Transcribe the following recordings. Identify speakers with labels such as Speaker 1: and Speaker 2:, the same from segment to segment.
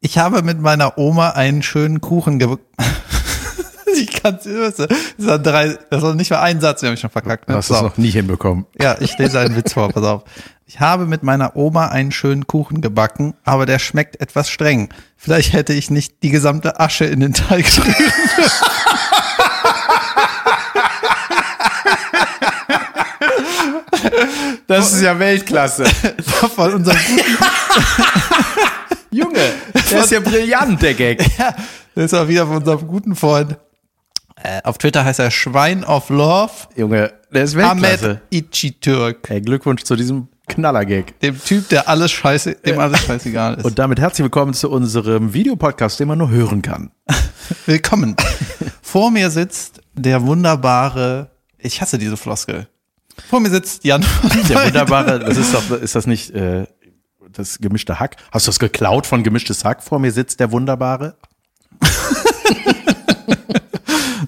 Speaker 1: Ich habe mit meiner Oma einen schönen Kuchen gebacken. ich kann es Das war drei, das war nicht mal ein Satz, den habe ich schon verkackt.
Speaker 2: Du
Speaker 1: Ne?
Speaker 2: hast es
Speaker 1: So.
Speaker 2: noch nie hinbekommen.
Speaker 1: Ja, ich lese einen Witz vor, pass auf. Ich habe mit meiner Oma einen schönen Kuchen gebacken, aber der schmeckt etwas streng. Vielleicht hätte ich nicht die gesamte Asche in den Teig rühren. dürfen.
Speaker 2: Das ist ja Weltklasse.
Speaker 1: Von unserem
Speaker 2: Junge, der ist ja brillant, der Gag.
Speaker 1: Das war wieder von unserem guten Freund. Äh, auf Twitter heißt er Schwein of Love.
Speaker 2: Junge, der ist
Speaker 1: Ahmed
Speaker 2: Weltklasse.
Speaker 1: Ichitürk.
Speaker 2: Ey, Glückwunsch zu diesem Knaller-Gag.
Speaker 1: Dem Typ, der alles scheiße, dem alles scheißegal ist.
Speaker 2: Und damit herzlich willkommen zu unserem Videopodcast, den man nur hören kann.
Speaker 1: Willkommen. Vor mir sitzt der wunderbare, ich hasse diese Floskel. Vor mir sitzt Jan.
Speaker 2: Der wunderbare, das ist doch, ist das nicht äh, das gemischte Hack? Hast du das geklaut von gemischtes Hack? Vor mir sitzt der wunderbare.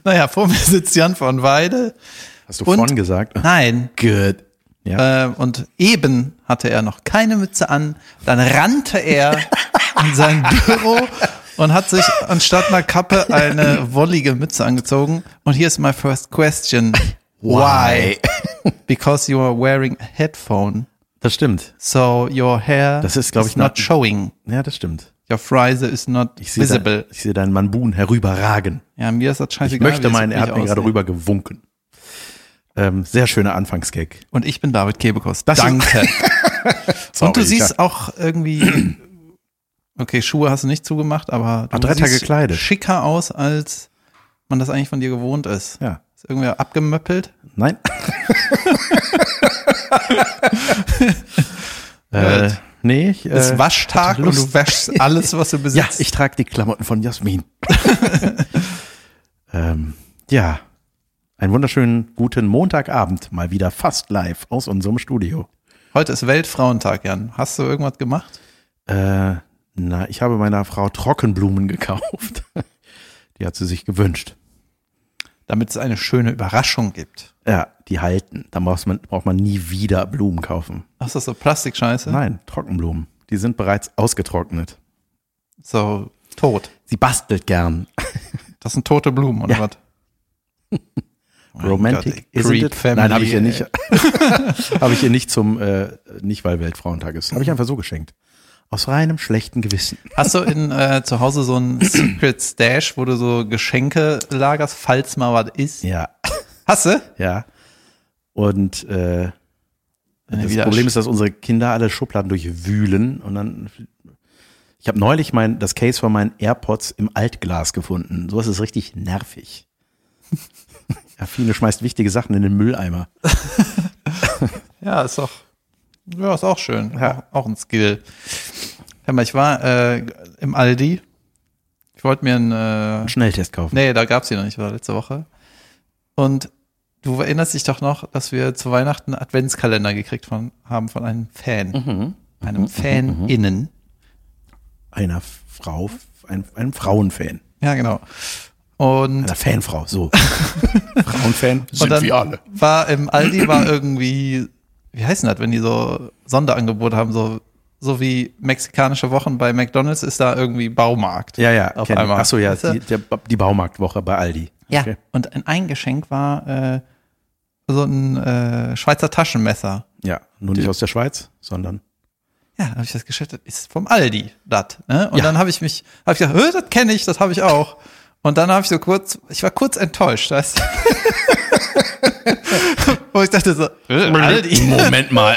Speaker 1: Naja, vor mir sitzt Jan von Weide.
Speaker 2: Hast du
Speaker 1: Und-
Speaker 2: von gesagt?
Speaker 1: Nein.
Speaker 2: Good. Ja.
Speaker 1: Äh, und eben hatte er noch keine Mütze an. Dann rannte er in sein Büro und hat sich anstatt einer Kappe eine wollige Mütze angezogen. Und hier ist my first question. Why? Because you are wearing a headphone.
Speaker 2: Das stimmt.
Speaker 1: So your hair
Speaker 2: Das ist, glaub ich,
Speaker 1: is not
Speaker 2: noch-
Speaker 1: showing.
Speaker 2: Ja, das stimmt.
Speaker 1: Your frise is not
Speaker 2: Ich sehe
Speaker 1: visible.
Speaker 2: dein- ich sehe deinen Manbun herüberragen.
Speaker 1: Ja, mir ist das scheißegal.
Speaker 2: Ich möchte
Speaker 1: wie es
Speaker 2: meinen, er
Speaker 1: wirklich
Speaker 2: hat mir gerade
Speaker 1: aussieht.
Speaker 2: rübergewunken. Ähm, sehr schöner Anfangsgag.
Speaker 1: Und ich bin David Kebekus.
Speaker 2: Das ist-
Speaker 1: Danke.
Speaker 2: Sorry,
Speaker 1: und du siehst
Speaker 2: ja.
Speaker 1: auch irgendwie, okay, Schuhe hast du nicht zugemacht, aber du
Speaker 2: Ah, drei Tage
Speaker 1: siehst
Speaker 2: Kleide.
Speaker 1: schicker aus, als man das eigentlich von dir gewohnt ist.
Speaker 2: Ja.
Speaker 1: Ist irgendwer abgemöppelt?
Speaker 2: Nein. äh,
Speaker 1: Halt.
Speaker 2: nee, ich,
Speaker 1: Es
Speaker 2: äh,
Speaker 1: ist Waschtag
Speaker 2: hatte
Speaker 1: und
Speaker 2: Lust.
Speaker 1: du wäschst alles, was du
Speaker 2: ja,
Speaker 1: besitzt.
Speaker 2: ich trage die Klamotten von Jasmin. ähm, ja, einen wunderschönen guten Montagabend, mal wieder fast live aus unserem Studio.
Speaker 1: Heute ist Weltfrauentag, Jan. Hast du irgendwas gemacht?
Speaker 2: Äh, na, ich habe meiner Frau Trockenblumen gekauft. die hat sie sich gewünscht.
Speaker 1: Damit es eine schöne Überraschung gibt.
Speaker 2: Ja, die halten. Da braucht man, braucht man nie wieder Blumen kaufen.
Speaker 1: Hast du so Plastikscheiße?
Speaker 2: Nein, Trockenblumen. Die sind bereits ausgetrocknet.
Speaker 1: So tot.
Speaker 2: Sie bastelt gern.
Speaker 1: Das sind tote Blumen, oder
Speaker 2: Ja.
Speaker 1: was? Oh Mein Gott,
Speaker 2: Romantic
Speaker 1: ey.
Speaker 2: isn't
Speaker 1: Creep
Speaker 2: it?
Speaker 1: Family.
Speaker 2: Nein, habe ich ihr
Speaker 1: ey.
Speaker 2: nicht. habe ich ihr nicht zum äh, nicht weil Weltfrauentag ist. Habe ich einfach so geschenkt. Aus reinem schlechten Gewissen.
Speaker 1: Hast du in äh, zu Hause so ein Secret Stash, wo du so Geschenke lagerst, falls mal was ist?
Speaker 2: Ja,
Speaker 1: Hast du?
Speaker 2: ja. Und äh, das
Speaker 1: wieder-
Speaker 2: Problem ist, dass unsere Kinder alle Schubladen durchwühlen und dann. Ich habe neulich mein das Case von meinen Airpods im Altglas gefunden. Sowas ist richtig nervig. Affine schmeißt wichtige Sachen in den Mülleimer.
Speaker 1: Ja, ist doch. Ja, ist auch schön. Auch, auch ein Skill. Hör mal, ich war äh, im Aldi. Ich wollte mir ein. Äh,
Speaker 2: Einen Schnelltest kaufen.
Speaker 1: nee, da gab's die noch nicht, war letzte Woche. Und du erinnerst dich doch noch, dass wir zu Weihnachten einen Adventskalender gekriegt von, haben von einem Fan. Einem Fan innen.
Speaker 2: einer Frau, ein, einem Frauenfan.
Speaker 1: Ja, genau. Und
Speaker 2: Einer Fanfrau, so. Frauenfan
Speaker 1: und dann war im Aldi war irgendwie, wie heißt denn das, wenn die so Sonderangebote haben, so, so wie mexikanische Wochen bei McDonalds ist da irgendwie Baumarkt.
Speaker 2: Ja, ja,
Speaker 1: auf
Speaker 2: kenn-
Speaker 1: einmal.
Speaker 2: Ach so, ja,
Speaker 1: Weißt du?
Speaker 2: die, der, die Baumarktwoche bei Aldi.
Speaker 1: Ja.
Speaker 2: Okay.
Speaker 1: Und ein Eingeschenk war äh, so ein äh, Schweizer Taschenmesser.
Speaker 2: Ja, nur nicht aus der Schweiz, sondern.
Speaker 1: Ja, habe ich das geschätzt, ist vom Aldi das. Ne? Und
Speaker 2: Ja.
Speaker 1: dann habe ich mich, habe ich gedacht, "Hö, das kenne ich, das habe ich auch. Und dann habe ich so kurz, ich war kurz enttäuscht, weißt du? Wo ich dachte so, "Hö, Aldi.
Speaker 2: Moment mal.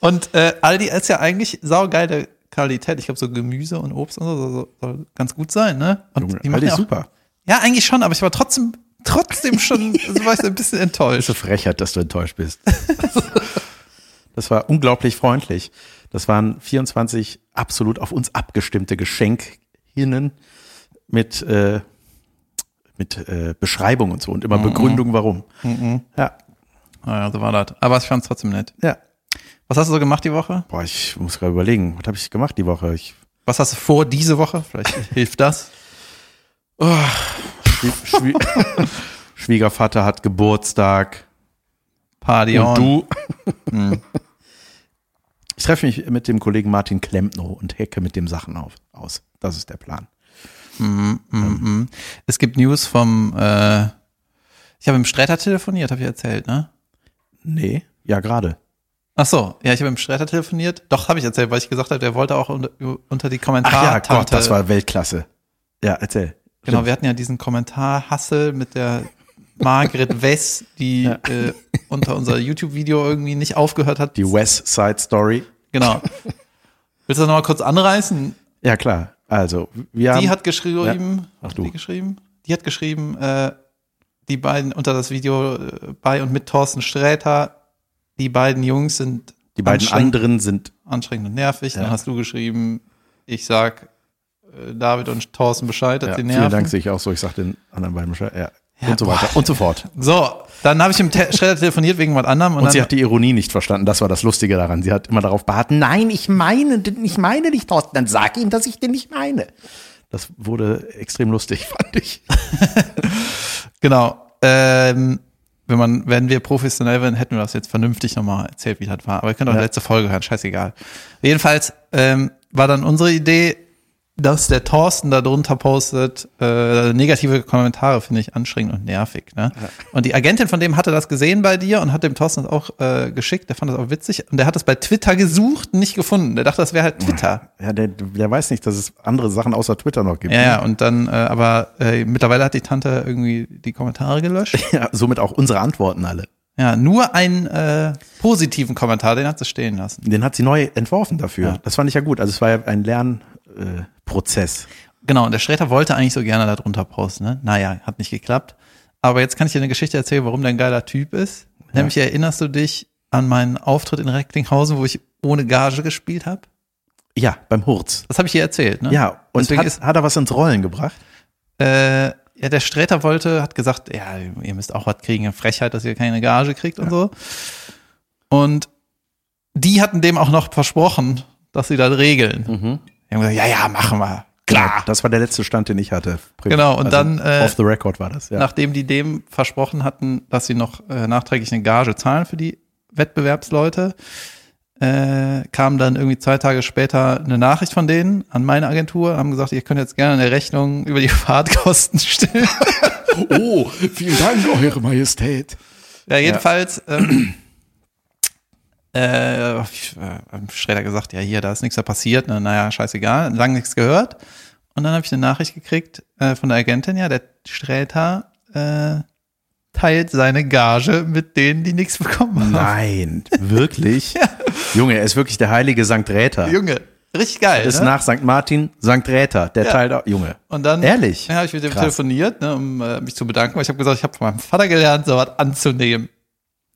Speaker 1: Und äh, Aldi ist ja eigentlich saugeile Qualität. Ich glaube, so Gemüse und Obst und so, so, so soll ganz gut sein, ne? Und
Speaker 2: Junge,
Speaker 1: die machen
Speaker 2: Aldi
Speaker 1: ja
Speaker 2: ist
Speaker 1: auch-
Speaker 2: super.
Speaker 1: Ja, eigentlich schon, aber ich war trotzdem, trotzdem schon, also war ich so ein bisschen
Speaker 2: Ist eine
Speaker 1: enttäuscht.
Speaker 2: Frechheit, dass du enttäuscht bist. Das war unglaublich freundlich. Das waren 24 absolut auf uns abgestimmte Geschenkinnen mit, äh, mit äh, Beschreibung und so und immer Begründung, warum. Ja,
Speaker 1: Naja, Ah so war das. Aber ich fand es trotzdem nett.
Speaker 2: ja.
Speaker 1: Was hast du so gemacht die Woche?
Speaker 2: Boah, ich muss gerade überlegen, was habe ich gemacht die Woche? Ich
Speaker 1: Was hast du vor diese Woche? Vielleicht hilft das.
Speaker 2: Schwie Schwie Schwiegervater hat Geburtstag
Speaker 1: Party on.
Speaker 2: und du. Ich Ich treffe mich mit dem Kollegen Martin Klempnow und hecke mit dem Sachen auf, aus. Das ist der Plan.
Speaker 1: Mhm. Es gibt News vom, äh, ich habe im Sträter telefoniert, habe ich erzählt, ne?
Speaker 2: Nee, ja, gerade.
Speaker 1: Ach so, ja, ich habe im Sträter telefoniert. Doch, habe ich erzählt, weil ich gesagt habe, der wollte auch unter, unter die
Speaker 2: Ach
Speaker 1: Kommentare.
Speaker 2: ja, Ah, Gott, das war Weltklasse. Ja, erzähl.
Speaker 1: Genau, wir hatten ja diesen Kommentar-Hassel mit der Margret Wess, die
Speaker 2: Ja.
Speaker 1: äh, unter unser YouTube-Video irgendwie nicht aufgehört hat.
Speaker 2: Die West Side Story.
Speaker 1: Genau. Willst du das nochmal kurz anreißen?
Speaker 2: Ja, klar. Also, wir
Speaker 1: Die
Speaker 2: haben.
Speaker 1: hat geschrieben,
Speaker 2: Ach
Speaker 1: hat
Speaker 2: du.
Speaker 1: die geschrieben? Die hat geschrieben, äh, die beiden unter das Video äh, bei und mit Thorsten Sträter, die beiden Jungs sind
Speaker 2: die beiden
Speaker 1: anstrengend,
Speaker 2: anderen sind.
Speaker 1: anstrengend und nervig.
Speaker 2: Ja.
Speaker 1: Dann hast du geschrieben, ich sag äh, David und Thorsten Bescheid, dass
Speaker 2: Ja,
Speaker 1: sie
Speaker 2: vielen
Speaker 1: nerven.
Speaker 2: Dank, sehe ich auch so. Ich sag den anderen beiden Bescheid. Ja.
Speaker 1: Ja,
Speaker 2: und so
Speaker 1: boah.
Speaker 2: weiter und so fort.
Speaker 1: So, dann habe ich im Te Schredder telefoniert wegen was anderem. Und,
Speaker 2: Und
Speaker 1: dann,
Speaker 2: sie hat die Ironie nicht verstanden. Das war das Lustige daran. Sie hat immer darauf beharrt, nein, ich meine, den- ich meine dich, Thorsten. Dann sag ihm, dass ich den nicht meine. Das wurde extrem lustig, fand ich.
Speaker 1: Genau. Ähm, wenn man, wenn wir professionell wären, hätten wir das jetzt vernünftig nochmal erzählt, wie das war. Aber ihr könnt auch
Speaker 2: Ja.
Speaker 1: die letzte Folge hören, scheißegal. Jedenfalls ähm, war dann unsere Idee, dass der Thorsten da drunter postet, äh, negative Kommentare finde ich anstrengend und nervig. Ne? Und die Agentin von dem hatte das gesehen bei dir und hat dem Thorsten das auch äh, geschickt, der fand das auch witzig. Und der hat es bei Twitter gesucht, nicht gefunden. Der dachte, das wäre halt Twitter.
Speaker 2: Ja, der, der weiß nicht, dass es andere Sachen außer Twitter noch gibt.
Speaker 1: Ja, ja, und dann, äh, aber äh, mittlerweile hat die Tante irgendwie die Kommentare gelöscht.
Speaker 2: Ja, somit auch unsere Antworten alle.
Speaker 1: Ja, nur einen äh, positiven Kommentar, den hat sie stehen lassen.
Speaker 2: Den hat sie neu entworfen dafür.
Speaker 1: Ja.
Speaker 2: Das fand ich ja gut. Also es war ja ein Lernprozess. Äh, Prozess.
Speaker 1: Genau, und der Sträter wollte eigentlich so gerne darunter posten, ne? Naja, hat nicht geklappt. Aber jetzt kann ich dir eine Geschichte erzählen, warum der ein geiler Typ ist. Nämlich erinnerst du dich an meinen Auftritt in Recklinghausen, wo ich ohne Gage gespielt habe?
Speaker 2: ja, beim Hurz.
Speaker 1: Das habe ich dir erzählt, ne?
Speaker 2: Ja, und
Speaker 1: Deswegen
Speaker 2: hat,
Speaker 1: ist-
Speaker 2: hat er was ins Rollen gebracht?
Speaker 1: Äh, ja, der Sträter wollte, hat gesagt, ja, ihr müsst auch was kriegen, eine Frechheit, dass ihr keine Gage kriegt und so. Und die hatten dem auch noch versprochen, dass sie das regeln. Die haben gesagt, ja, ja, machen wir. Klar.
Speaker 2: Das war der letzte Stand, den ich hatte. Privat.
Speaker 1: Genau, und dann, äh,
Speaker 2: off the record war das, ja.
Speaker 1: nachdem die dem versprochen hatten, dass sie noch äh, nachträglich eine Gage zahlen für die Wettbewerbsleute, äh, kam dann irgendwie zwei Tage später eine Nachricht von denen an meine Agentur, haben gesagt, ihr könnt jetzt gerne eine Rechnung über die Fahrtkosten stellen.
Speaker 2: oh, vielen Dank, Eure Majestät.
Speaker 1: Ja, jedenfalls ähm, äh, ich, äh, hab Schredder gesagt, ja hier, da ist nichts mehr passiert, ne? naja, scheißegal, lang nichts gehört. Und dann habe ich eine Nachricht gekriegt äh, von der Agentin, ja, der Sträter äh, teilt seine Gage mit denen, die nichts bekommen haben.
Speaker 2: Nein, wirklich? Junge, er ist wirklich der heilige Sankt Räter.
Speaker 1: Junge, richtig geil.
Speaker 2: Ist
Speaker 1: Ne?
Speaker 2: nach Sankt Martin Sankt Räter. Der
Speaker 1: Ja.
Speaker 2: teilt auch, Junge.
Speaker 1: Und dann
Speaker 2: Ehrlich?
Speaker 1: ja, habe ich mit dem
Speaker 2: Krass.
Speaker 1: telefoniert, ne, um äh, mich zu bedanken, weil ich habe gesagt, ich habe von meinem Vater gelernt, sowas anzunehmen.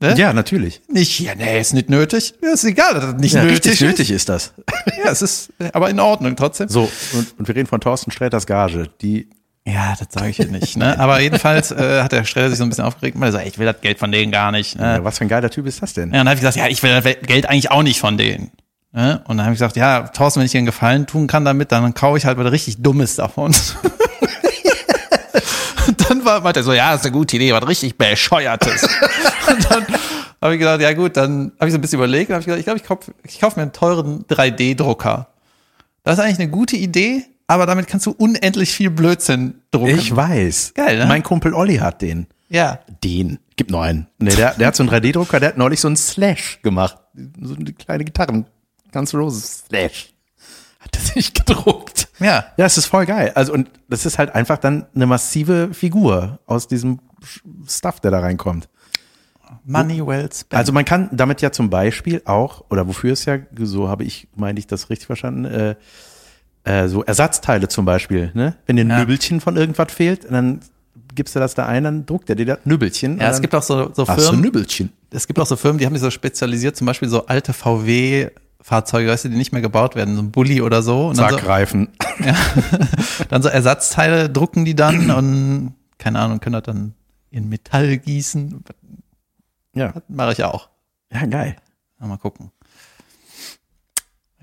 Speaker 1: Hä?
Speaker 2: Ja, natürlich.
Speaker 1: Nicht hier, nee, ist nicht nötig. Ja, ist egal, dass das nicht
Speaker 2: Ja,
Speaker 1: nötig
Speaker 2: richtig
Speaker 1: ist.
Speaker 2: nötig ist das.
Speaker 1: Ja, es ist äh, aber in Ordnung trotzdem.
Speaker 2: So, und, und wir reden von Thorsten Sträters Gage. Die,
Speaker 1: Ja, das sage ich jetzt nicht. Ne? Aber jedenfalls äh, hat der Streller sich so ein bisschen aufgeregt und hat gesagt, ich will das Geld von denen gar nicht. Ne?
Speaker 2: ja, was für ein geiler Typ ist das denn?
Speaker 1: Ja, dann habe ich gesagt, ja, ich will das Geld eigentlich auch nicht von denen. Ne? Und dann habe ich gesagt, ja, Thorsten, wenn ich dir einen Gefallen tun kann damit, dann kaufe ich halt was richtig Dummes davon. und dann war, meinte er so, ja, ist eine gute Idee, was richtig Bescheuertes. und dann habe ich gesagt, ja gut, dann habe ich so ein bisschen überlegt und habe ich gesagt, ich glaube, ich kaufe ich kauf mir einen teuren 3D-Drucker. Das ist eigentlich eine gute Idee, aber damit kannst du unendlich viel Blödsinn drucken.
Speaker 2: Ich weiß.
Speaker 1: Geil, ne?
Speaker 2: Mein Kumpel Olli hat den.
Speaker 1: ja.
Speaker 2: Den. Gibt noch einen. Nee, der, der hat so einen 3D-Drucker, der hat neulich so einen Slash gemacht. So eine kleine Gitarren. Ganz Roses Slash. Hat er sich gedruckt.
Speaker 1: Ja.
Speaker 2: Ja, es ist voll geil. Also, und das ist halt einfach dann eine massive Figur aus diesem Sch- Stuff, der da reinkommt.
Speaker 1: Money well spent.
Speaker 2: Also, man kann damit ja zum Beispiel auch, oder wofür es ja, so habe ich, meine ich, das richtig verstanden, äh, äh, so Ersatzteile zum Beispiel, ne? Wenn dir ein
Speaker 1: Ja.
Speaker 2: Nübbelchen von irgendwas fehlt, dann gibst du das da ein, dann druckt er dir das Nübbelchen.
Speaker 1: ja, es gibt auch so, so
Speaker 2: Ach so,
Speaker 1: Firmen,
Speaker 2: Nübbelchen.
Speaker 1: es gibt auch so Firmen, die haben sich so spezialisiert, zum Beispiel so alte VW-Fahrzeuge, weißt du, die nicht mehr gebaut werden, so ein Bulli oder so. Und dann so,
Speaker 2: Sackreifen.
Speaker 1: dann so Ersatzteile drucken die dann und keine Ahnung, können das dann in Metall gießen.
Speaker 2: Ja.
Speaker 1: Das mache ich auch.
Speaker 2: ja, geil.
Speaker 1: Ja, Mal gucken.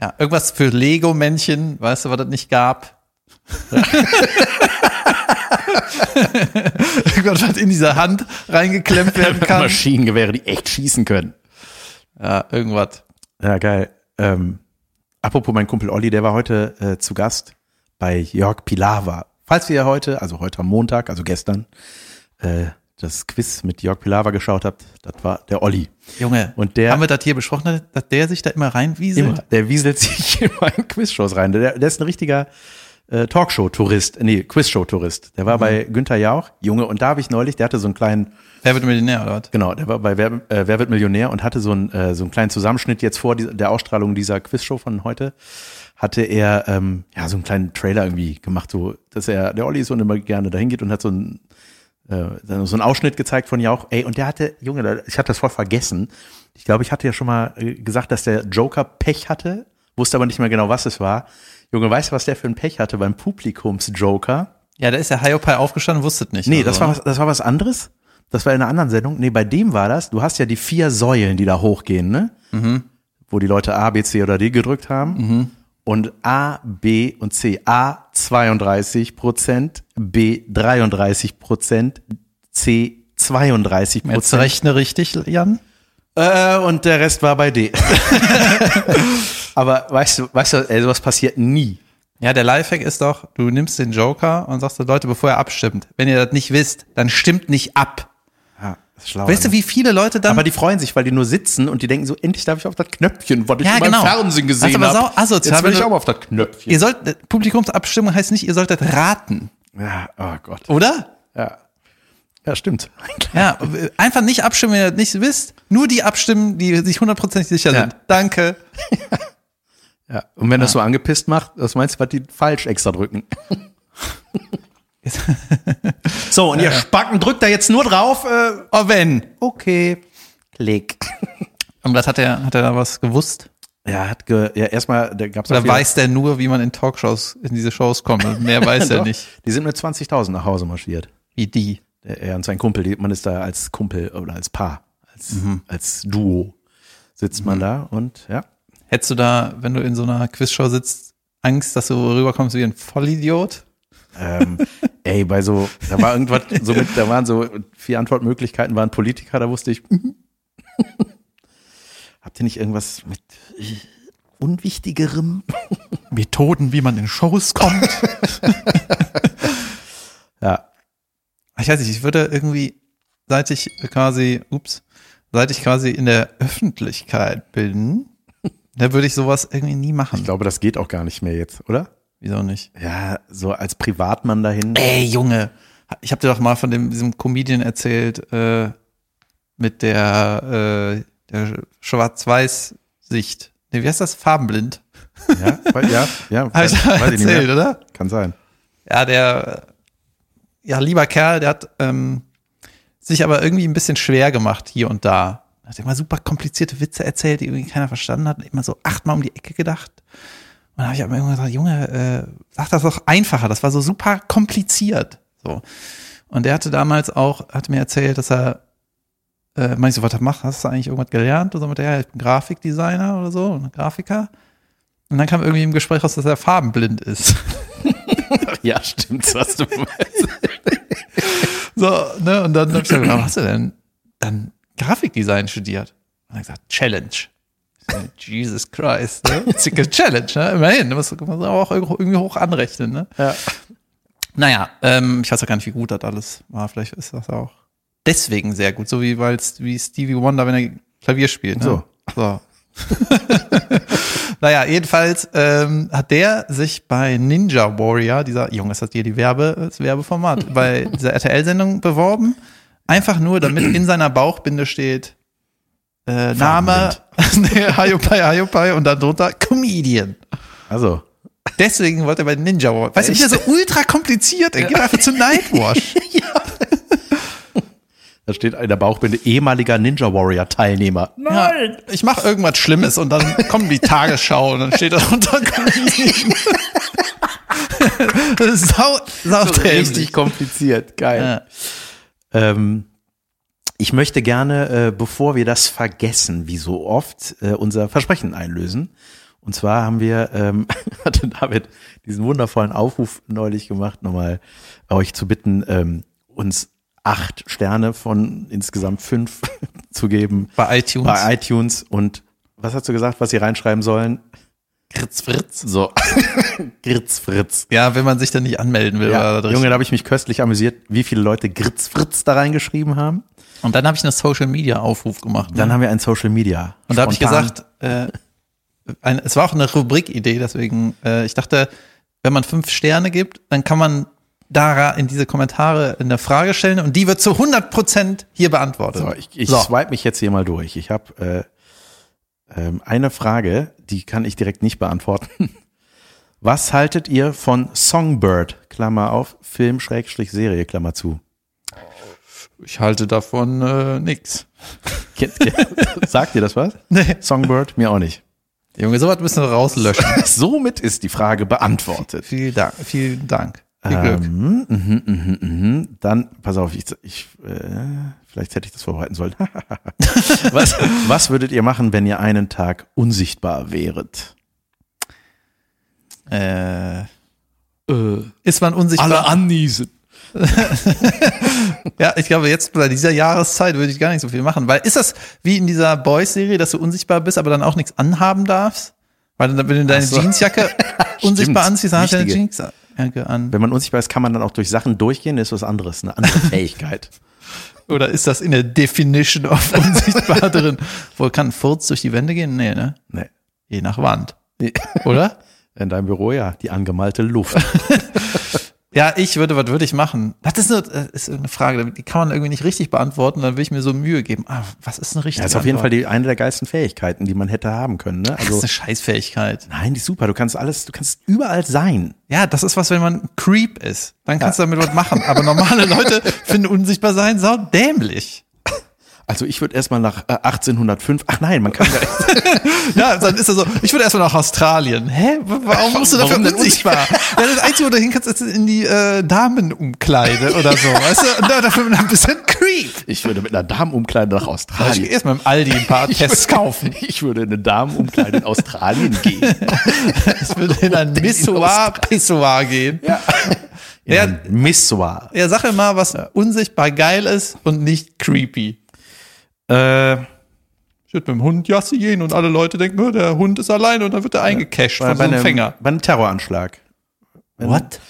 Speaker 1: Ja, irgendwas für Lego-Männchen, weißt du, was das nicht gab? irgendwas, was in dieser Hand reingeklemmt werden kann.
Speaker 2: Maschinengewehre, die echt schießen können.
Speaker 1: Ja, irgendwas.
Speaker 2: Ja, geil. Ähm, apropos mein Kumpel Olli, der war heute äh, zu Gast bei Jörg Pilawa. Falls ihr heute, also heute am Montag, also gestern, äh, das Quiz mit Jörg Pilawa geschaut habt, das war der Olli.
Speaker 1: Junge,
Speaker 2: Und der-
Speaker 1: haben wir das hier besprochen, dass der sich da immer reinwieselt?
Speaker 2: Immer. Der wieselt sich immer in Quizshows rein. Der, der ist ein richtiger äh, Talkshow-Tourist, nee, Quizshow-Tourist. Der war bei Günther Jauch, Junge, und da habe ich neulich, der hatte so einen kleinen,
Speaker 1: Wer wird Millionär oder was?
Speaker 2: genau, der war bei Wer, äh, Wer wird Millionär und hatte so einen, äh, so einen kleinen Zusammenschnitt jetzt vor dieser- der Ausstrahlung dieser Quizshow von heute, hatte er ähm, ja so einen kleinen Trailer irgendwie gemacht, so, dass er, der Olli ist und immer gerne dahin geht und hat so einen äh, dann so einen Ausschnitt gezeigt von Jauch. Ey, und der hatte, Junge, da- ich hatte das voll vergessen. Ich glaube, ich hatte ja schon mal äh, gesagt, dass der Joker Pech hatte, wusste aber nicht mehr genau, was es war. Junge, weißt du, was der für ein Pech hatte beim Publikums-Joker?
Speaker 1: Ja, da ist der Hiopai aufgestanden, wusstet nicht.
Speaker 2: Nee,
Speaker 1: oder
Speaker 2: das
Speaker 1: so,
Speaker 2: war,
Speaker 1: ne?
Speaker 2: was, das war was anderes. Das war in einer anderen Sendung. Nee, bei dem war das. Du hast ja die vier Säulen, die da hochgehen, ne? Wo die Leute A, B, C oder D gedrückt haben. Und A, B und C. A 32 Prozent, B 33 Prozent, C 32
Speaker 1: Jetzt
Speaker 2: Prozent.
Speaker 1: rechne richtig, Jan.
Speaker 2: Äh, und der Rest war bei D. Aber weißt du, weißt du, ey, sowas passiert nie.
Speaker 1: Ja, der Lifehack ist doch, du nimmst den Joker und sagst, den Leute, bevor ihr abstimmt, wenn ihr das nicht wisst, dann stimmt nicht ab.
Speaker 2: Ja, ist schlau.
Speaker 1: Weißt du, wie viele Leute dann
Speaker 2: Aber die freuen sich, weil die nur sitzen und die denken so, endlich darf ich auf das Knöpfchen, was ich
Speaker 1: Ja,
Speaker 2: immer
Speaker 1: genau.
Speaker 2: im Fernsehen
Speaker 1: Das
Speaker 2: gesehen
Speaker 1: ist aber
Speaker 2: habe.
Speaker 1: sau asozial,
Speaker 2: Jetzt will
Speaker 1: wenn
Speaker 2: ich
Speaker 1: du-
Speaker 2: auch mal auf das Knöpfchen.
Speaker 1: Ihr sollt, äh, Publikumsabstimmung heißt nicht, ihr solltet raten,
Speaker 2: Ja, oh Gott.
Speaker 1: oder?
Speaker 2: Ja, ja stimmt.
Speaker 1: Ja, w- einfach nicht abstimmen, wenn ihr das nicht wisst. Nur die abstimmen, die sich hundertprozentig sicher
Speaker 2: Ja.
Speaker 1: sind. Danke.
Speaker 2: Ja. Und wenn das so angepisst macht, was meinst du, was die falsch extra drücken? so, und ihr Spacken drückt da jetzt nur drauf. Äh,
Speaker 1: Oh, wenn.
Speaker 2: okay, klick.
Speaker 1: Und das hat er, hat er da was gewusst?
Speaker 2: Ja, hat ge ja, erstmal, da gab's
Speaker 1: Oder
Speaker 2: auch wieder-
Speaker 1: weiß der nur, wie man in Talkshows, in diese Shows kommt? Mehr weiß er
Speaker 2: Doch,
Speaker 1: nicht.
Speaker 2: Die sind mit 20.000 nach Hause marschiert.
Speaker 1: Wie die.
Speaker 2: er und sein Kumpel, die, man ist da als Kumpel oder als Paar, als, als Duo sitzt man da und ja.
Speaker 1: Hättest du da, wenn du in so einer Quizshow sitzt, Angst, dass du rüberkommst wie ein Vollidiot?
Speaker 2: Ähm, ey, bei so, da war irgendwas, so mit, da waren so vier Antwortmöglichkeiten, waren Politiker, da wusste ich. mhm. Habt ihr nicht irgendwas mit äh, Unwichtigerem?
Speaker 1: Methoden, wie man in Shows kommt?
Speaker 2: Ja.
Speaker 1: Ah, ich weiß nicht, ich würde irgendwie, seit ich quasi, ups, seit ich quasi in der Öffentlichkeit bin, da würde ich sowas irgendwie nie
Speaker 2: Ich
Speaker 1: machen.
Speaker 2: glaube, das geht auch gar nicht mehr jetzt, oder?
Speaker 1: Wieso nicht?
Speaker 2: Ja, so als Privatmann dahin.
Speaker 1: Ey, Junge, ich habe dir doch mal von dem, diesem Comedian erzählt, äh, mit der, äh, der Schwarz-Weiß-Sicht. Nee, wie heißt das? Farbenblind.
Speaker 2: Ja, weil- ja, ja
Speaker 1: Habe ich
Speaker 2: weiß- weiß ich nicht mehr.
Speaker 1: erzählt, oder?
Speaker 2: Kann sein.
Speaker 1: Ja, der, äh, ja, lieber Kerl, der hat ähm, sich aber irgendwie ein bisschen schwer gemacht hier und da. Hat immer super komplizierte Witze erzählt, die irgendwie keiner verstanden hat, immer so achtmal um die Ecke gedacht. Und da habe ich aber irgendwann gesagt, Junge, äh, sag das doch einfacher, das war so super kompliziert. So. Und der hatte damals auch, hat mir erzählt, dass er, äh, meine ich so, was macht, hast du eigentlich irgendwas gelernt? Und so mit der, ja, ich bin Grafikdesigner oder so, und Grafiker. Und dann kam irgendwie im Gespräch raus, dass er farbenblind ist.
Speaker 2: Ja, stimmt, was du meinst.
Speaker 1: So, ne, und dann hab ich gesagt, warum hast du denn dann Grafikdesign studiert? Und er hat gesagt, Challenge. Ich so, Jesus Christ, ne? Zicke Challenge, ne? Immerhin, da muss muss man auch irgendwie hoch anrechnen, ne?
Speaker 2: Ja.
Speaker 1: Naja, ähm, ich weiß auch gar nicht, wie gut das alles war. Vielleicht ist das auch deswegen sehr gut, so wie, weil's, wie Stevie Wonder, wenn er Klavier spielt. Ne?
Speaker 2: So.
Speaker 1: so. naja, jedenfalls ähm, hat der sich bei Ninja Warrior, dieser, Junge, ist das hier die Werbe, das Werbeformat, bei dieser RTL-Sendung beworben. Einfach nur, damit in seiner Bauchbinde steht äh, Name, nee, Hayopai, Hayopai und dann drunter Comedian.
Speaker 2: Also,
Speaker 1: Deswegen wollte er bei Ninja Warrior. Weißt du, wieder so ultra kompliziert. Er geht einfach zu Nightwash.
Speaker 2: da steht in der Bauchbinde ehemaliger Ninja Warrior Teilnehmer.
Speaker 1: Nein! Ja, ich mache irgendwas Schlimmes und dann kommt die Tagesschau und dann steht da unter Comedian. Das ist sau, sau dämlich.
Speaker 2: richtig kompliziert. Geil.
Speaker 1: Ja.
Speaker 2: Ähm, ich möchte gerne, äh, bevor wir das vergessen, wie so oft, äh, unser Versprechen einlösen. Und zwar haben wir, ähm, hatte David diesen wundervollen Aufruf neulich gemacht, nochmal euch zu bitten, ähm, uns acht Sterne von insgesamt fünf zu geben
Speaker 1: Bei iTunes.
Speaker 2: bei iTunes und was hast du gesagt, was sie reinschreiben sollen? Gritzfritz. So. Gritzfritz.
Speaker 1: Ja, wenn man sich dann nicht anmelden will.
Speaker 2: Ja,
Speaker 1: war das
Speaker 2: Junge, da habe ich mich köstlich amüsiert, wie viele Leute Gritzfritz da reingeschrieben haben.
Speaker 1: Und dann habe ich einen Social Media Aufruf gemacht. ne?
Speaker 2: Dann haben wir ein Social Media.
Speaker 1: und da habe ich
Speaker 2: Spontan.
Speaker 1: gesagt, äh, ein, es war auch eine Rubrikidee, deswegen, äh, ich dachte, wenn man fünf Sterne gibt, dann kann man Dara in diese Kommentare eine Frage stellen und die wird zu 100% hier beantwortet.
Speaker 2: So, ich, ich
Speaker 1: So.
Speaker 2: swipe mich jetzt hier mal durch. Ich habe äh, ähm, eine Frage, die kann ich direkt nicht beantworten. Was haltet ihr von Songbird, Klammer auf, Film, Schrägstrich, Serie, Klammer zu?
Speaker 1: ich halte davon äh, nix.
Speaker 2: Kennt ihr- Sagt ihr das was?
Speaker 1: Nee.
Speaker 2: Songbird? Mir auch nicht.
Speaker 1: Junge, sowas müssen wir rauslöschen.
Speaker 2: Somit ist die Frage beantwortet.
Speaker 1: vielen Dank, vielen Dank. Viel Glück.
Speaker 2: Ähm, mhm, mhm, mhm. Dann, pass auf, ich, ich äh, vielleicht hätte ich das vorbereiten sollen. was, was würdet ihr machen, wenn ihr einen Tag unsichtbar wäret?
Speaker 1: Äh,
Speaker 3: Äh,
Speaker 1: ist man unsichtbar?
Speaker 3: alle anniesen.
Speaker 1: Ja, ich glaube, jetzt bei dieser Jahreszeit würde ich gar nicht so viel machen, weil ist das wie in dieser Boys-Serie, dass du unsichtbar bist, aber dann auch nichts anhaben darfst? Weil dann, wenn du deine
Speaker 2: so.
Speaker 1: Jeansjacke unsichtbar anziehst, dann hast du deine
Speaker 2: Wichtige.
Speaker 1: Jeansjacke an.
Speaker 2: Wenn man unsichtbar ist, kann man dann auch durch Sachen durchgehen, ist was anderes, eine andere Fähigkeit.
Speaker 1: Oder ist das in der Definition of unsichtbar drin? Wo kann ein Furz durch die Wände gehen? Nee, ne?
Speaker 2: Nee.
Speaker 1: Je nach Wand. Oder?
Speaker 2: In deinem Büro ja, die angemalte Luft.
Speaker 1: Ja, ich würde, was würde ich machen? Das ist eine, ist eine Frage, die kann man irgendwie nicht richtig beantworten, dann will ich mir so Mühe geben. Ah, was ist eine richtige
Speaker 2: Das ist auf jeden Fall
Speaker 1: Antwort?
Speaker 2: die, eine der geilsten Fähigkeiten, die man hätte haben können. Ne?
Speaker 1: das
Speaker 2: Also,
Speaker 1: ist eine Scheißfähigkeit.
Speaker 2: nein, die ist super. Du kannst alles, du kannst überall sein.
Speaker 1: Ja, das ist was, wenn man ein Creep ist. Dann kannst du damit was machen. Aber normale Leute finden unsichtbar sein sau dämlich.
Speaker 2: Also ich würde erstmal nach äh, 1805, ach nein, man kann ja
Speaker 1: Ja, dann ist er so, ich würde erstmal nach Australien. Hä? W- Warum musst du dafür
Speaker 2: Warum denn
Speaker 1: unsichtbar? Ja, das Einzige, wo du hin kannst, ist in die äh, Damenumkleide oder so. Weißt du? Und da, dafür ein bisschen Creep.
Speaker 2: Ich würde mit einer Damenumkleide nach
Speaker 1: Also ich geh
Speaker 2: Australien.
Speaker 1: erstmal im Aldi ein paar Tests kaufen.
Speaker 2: Ich würde in eine Damenumkleide in Australien gehen.
Speaker 1: Ich würde in ein Missoir, Pissoir gehen. Ja.
Speaker 2: In
Speaker 1: Ja.
Speaker 2: ein Missoir.
Speaker 1: ja, sag mir mal, was unsichtbar geil ist und nicht creepy.
Speaker 2: Äh,
Speaker 1: Ich würde mit dem Hund Jasse gehen und alle Leute denken, oh, der Hund ist alleine und dann wird er eingecasht von so einem Fänger.
Speaker 2: bei einem Terroranschlag. Wenn-
Speaker 1: What?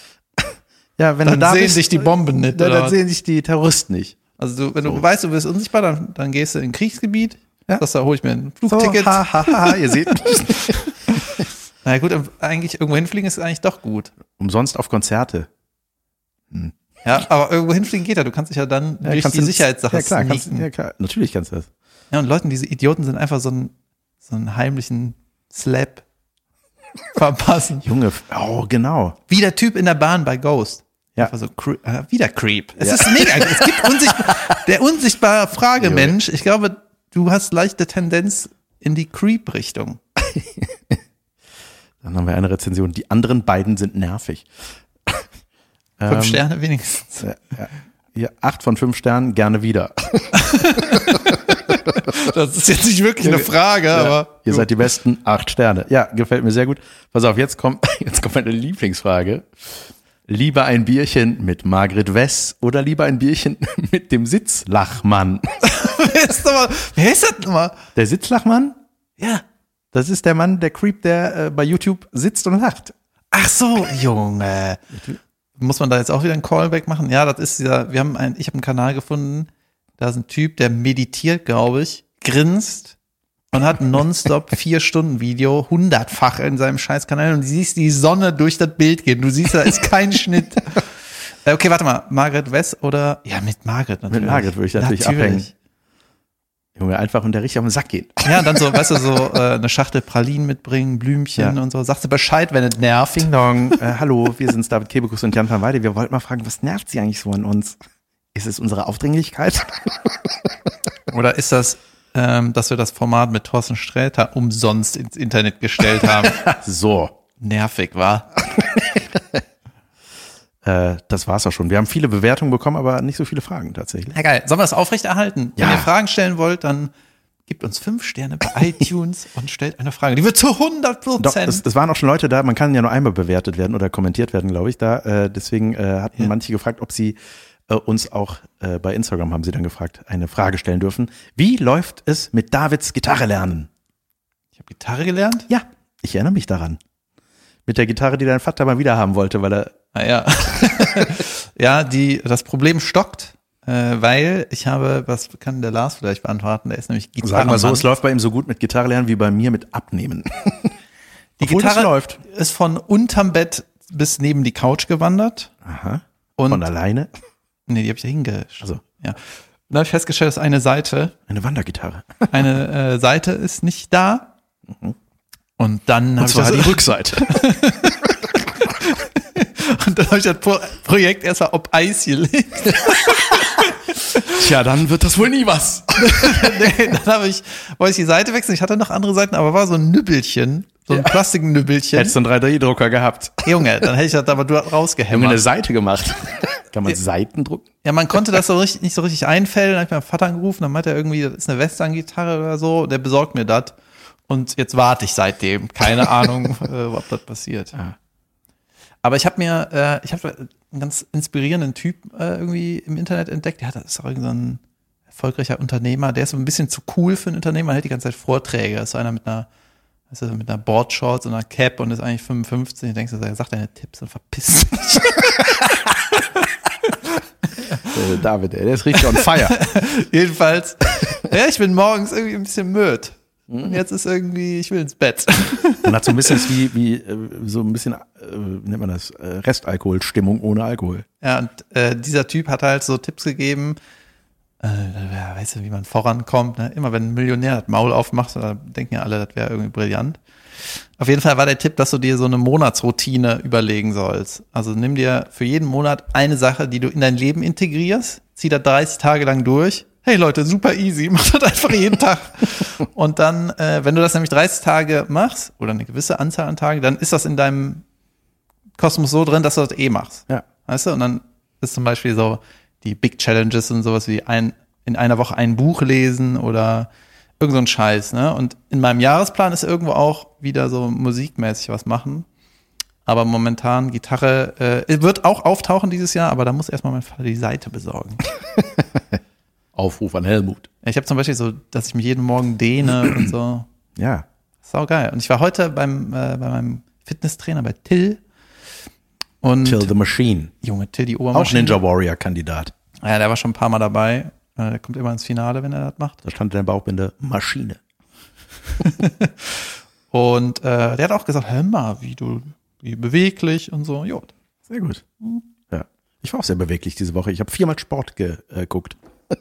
Speaker 2: Ja, wenn
Speaker 1: Dann
Speaker 2: du da
Speaker 1: sehen
Speaker 2: bist,
Speaker 1: sich die Bomben nicht.
Speaker 2: dann,
Speaker 1: oder
Speaker 2: dann
Speaker 1: was?
Speaker 2: sehen sich die Terroristen nicht.
Speaker 1: also du, wenn du weißt, du bist unsichtbar, dann, dann gehst du in ein Kriegsgebiet.
Speaker 2: Ja.
Speaker 1: Das, da hole ich mir ein Flugticket.
Speaker 2: ha, ha, ha, ihr seht mich.
Speaker 1: Na gut, eigentlich irgendwo hinfliegen ist eigentlich doch gut.
Speaker 2: Umsonst auf Konzerte.
Speaker 1: Ja, aber irgendwo hinfliegen geht ja. Du kannst dich ja dann durch
Speaker 2: kannst
Speaker 1: die
Speaker 2: du-
Speaker 1: Sicherheitssache
Speaker 2: ja, klar, kannst,
Speaker 1: sneaken.
Speaker 2: ja, klar. Natürlich kannst du das.
Speaker 1: Ja, und Leuten, diese Idioten sind einfach so einen, so einen heimlichen Slap verpassen.
Speaker 2: Junge, oh, genau.
Speaker 1: Wie der Typ in der Bahn bei Ghost.
Speaker 2: Ja.
Speaker 1: Einfach so, cre äh, wieder Creep. Es ist mega. Es gibt unsichtbar, der unsichtbare Fragemensch. Ich glaube, du hast leichte Tendenz in die Creep-Richtung.
Speaker 2: Dann haben wir eine Rezension. Die anderen beiden sind nervig.
Speaker 1: Fünf Sterne wenigstens.
Speaker 2: Ähm, Ja, acht von fünf Sternen, gerne wieder.
Speaker 1: Das ist jetzt nicht wirklich eine Frage, aber.
Speaker 2: Ihr seid die besten acht Sterne. Ja, gefällt mir sehr gut. Pass auf, jetzt kommt, jetzt kommt meine Lieblingsfrage. Lieber ein Bierchen mit Margret Wess oder lieber ein Bierchen mit dem Sitzlachmann?
Speaker 1: wer, ist nochmal, wer ist das nochmal?
Speaker 2: Der Sitzlachmann,
Speaker 1: Ja.
Speaker 2: das ist der Mann, der Creep, der äh, bei YouTube sitzt und lacht.
Speaker 1: Ach so, Junge. Muss man da jetzt auch wieder einen Callback machen? Ja, das ist dieser, wir haben ein, ich habe einen Kanal gefunden, da ist ein Typ, der meditiert, glaube ich, grinst und hat ein nonstop vier Stunden Video, hundertfach in seinem Scheißkanal und du siehst die Sonne durch das Bild gehen. Du siehst, da ist kein Schnitt. Äh, Okay, warte mal, Margaret Wess oder, ja, mit Margaret natürlich.
Speaker 2: Margret würde ich natürlich abhängen. Junge, einfach und der richtig auf den Sack geht.
Speaker 1: Ja, und dann so, weißt du, so äh, eine Schachtel Pralinen mitbringen, Blümchen
Speaker 2: Ja.
Speaker 1: und so. Sagst du Bescheid, wenn es nervt.
Speaker 2: Ding Dong, äh, hallo, wir sind David Kebekus und Jan van Weide. Wir wollten mal fragen, was nervt Sie eigentlich so an uns? Ist es unsere Aufdringlichkeit?
Speaker 1: Oder ist das, ähm, dass wir das Format mit Thorsten Sträter umsonst ins Internet gestellt haben?
Speaker 2: So,
Speaker 1: Nervig, war.
Speaker 2: Äh, das war's auch schon. Wir haben viele Bewertungen bekommen, aber nicht so viele Fragen tatsächlich.
Speaker 1: Na geil. Sollen wir das aufrechterhalten?
Speaker 2: Ja.
Speaker 1: Wenn ihr Fragen stellen wollt, dann gebt uns fünf Sterne bei iTunes und stellt eine Frage. Die wird zu 100
Speaker 2: Doch, es,
Speaker 1: Prozent.
Speaker 2: es waren auch schon Leute da, man kann ja nur einmal bewertet werden oder kommentiert werden, glaube ich. Da äh, deswegen äh, hatten manche gefragt, ob sie äh, uns auch äh, bei Instagram haben sie dann gefragt, eine Frage stellen dürfen. Wie läuft es mit Davids Gitarre lernen?
Speaker 1: habe Gitarre gelernt.
Speaker 2: Ja, ich erinnere mich daran. Mit der Gitarre, die dein Vater mal wieder haben wollte, weil er
Speaker 1: Ah, ja. ja, die, das Problem stockt, äh, weil ich habe, was kann der Lars vielleicht beantworten? Der ist nämlich
Speaker 2: Sagen wir
Speaker 1: Gitarrenmann.
Speaker 2: so, es läuft bei ihm so gut mit Gitarre lernen wie bei mir mit Abnehmen.
Speaker 1: die
Speaker 2: obwohl es
Speaker 1: Gitarre
Speaker 2: läuft.
Speaker 1: ist von unterm Bett bis neben die Couch gewandert.
Speaker 2: Aha.
Speaker 1: Und
Speaker 2: Von alleine.
Speaker 1: nee, die habe ich da hingeschickt.
Speaker 2: Also.
Speaker 1: Ja. Dann habe ich festgestellt, dass eine Seite,
Speaker 2: Eine Wandergitarre.
Speaker 1: eine äh, Seite ist nicht da. Und dann habe
Speaker 2: Und
Speaker 1: ich,
Speaker 2: zwar
Speaker 1: das-
Speaker 2: die Rückseite.
Speaker 1: und dann hab ich das Pro Projekt erstmal auf Eis gelegt.
Speaker 3: Tja, dann wird das wohl nie was.
Speaker 1: nee, dann habe ich, wollte ich die Seite wechseln. Ich hatte noch andere Seiten, aber war so ein Nübbelchen, so ein Plastiknübbelchen.
Speaker 2: Hättest du einen 3D-Drucker gehabt.
Speaker 1: Junge, dann hätte ich das aber du-
Speaker 2: Haben wir eine
Speaker 1: rausgehämmert.
Speaker 2: Seite gemacht. Kann man Seiten drucken?
Speaker 1: Ja, man konnte das so richtig, nicht so richtig einfällen. Dann habe ich meinen Vater angerufen, dann meinte er irgendwie, das ist eine Western-Gitarre oder so, der besorgt mir das. Und jetzt warte ich seitdem. Keine Ahnung, äh, ob das passiert. Aber ich habe mir, äh, ich habe einen ganz inspirierenden Typ äh, irgendwie im Internet entdeckt. Ja, das ist auch irgendein so ein erfolgreicher Unternehmer. Der ist so ein bisschen zu cool für einen Unternehmer, hält die ganze Zeit Vorträge. Das ist so einer mit einer, das ist so mit einer Boardshorts und einer Cap und ist eigentlich 55. Du denkst, er sagt deine Tipps und verpisst dich.
Speaker 2: Äh, David, ey, der ist richtig on fire.
Speaker 1: Jedenfalls, ja, ich bin morgens irgendwie ein bisschen müde. Und jetzt ist irgendwie, ich will ins Bett.
Speaker 2: Man hat so ein bisschen das wie, wie äh, so ein bisschen, äh, wie nennt man das, Äh, Restalkoholstimmung ohne Alkohol.
Speaker 1: Ja, und äh, dieser Typ hat halt so Tipps gegeben, äh, ja, weißt du, wie man vorankommt. Ne? Immer wenn ein Millionär das Maul aufmacht, da denken ja alle, das wäre irgendwie brillant. Auf jeden Fall war der Tipp, dass du dir so eine Monatsroutine überlegen sollst. Also nimm dir für jeden Monat eine Sache, die du in dein Leben integrierst, zieh da 30 Tage lang durch. Hey Leute, super easy, mach das einfach jeden Tag. Und dann, äh, wenn du das nämlich 30 Tage machst oder eine gewisse Anzahl an Tagen, dann ist das in deinem Kosmos so drin, dass du das eh machst.
Speaker 2: Ja.
Speaker 1: Weißt du? Und dann ist zum Beispiel so die Big Challenges und sowas wie ein, in einer Woche ein Buch lesen oder irgend so ein Scheiß, ne? Und in meinem Jahresplan ist irgendwo auch wieder so musikmäßig was machen. Aber momentan Gitarre äh, wird auch auftauchen dieses Jahr, aber da muss erstmal mein Vater die Seite besorgen.
Speaker 2: Aufruf an Helmut.
Speaker 1: Ich habe zum Beispiel so, dass ich mich jeden Morgen dehne und so.
Speaker 2: Ja.
Speaker 1: Sau geil. Und ich war heute beim, äh, bei meinem Fitnesstrainer bei Till. Und
Speaker 2: Till the Machine.
Speaker 1: Junge, Till, die
Speaker 2: Auch
Speaker 1: Obermaschine.
Speaker 2: Ninja Warrior-Kandidat.
Speaker 1: Ja, der war schon ein paar Mal dabei. Äh, Der kommt immer ins Finale, wenn er das macht.
Speaker 2: Da stand in der Bauchbinde Maschine.
Speaker 1: Und äh, der hat auch gesagt, hör mal, wie du, wie beweglich und so. Jo,
Speaker 2: Sehr gut. Ja. Ich war auch sehr beweglich diese Woche. Ich habe viermal Sport äh, geguckt.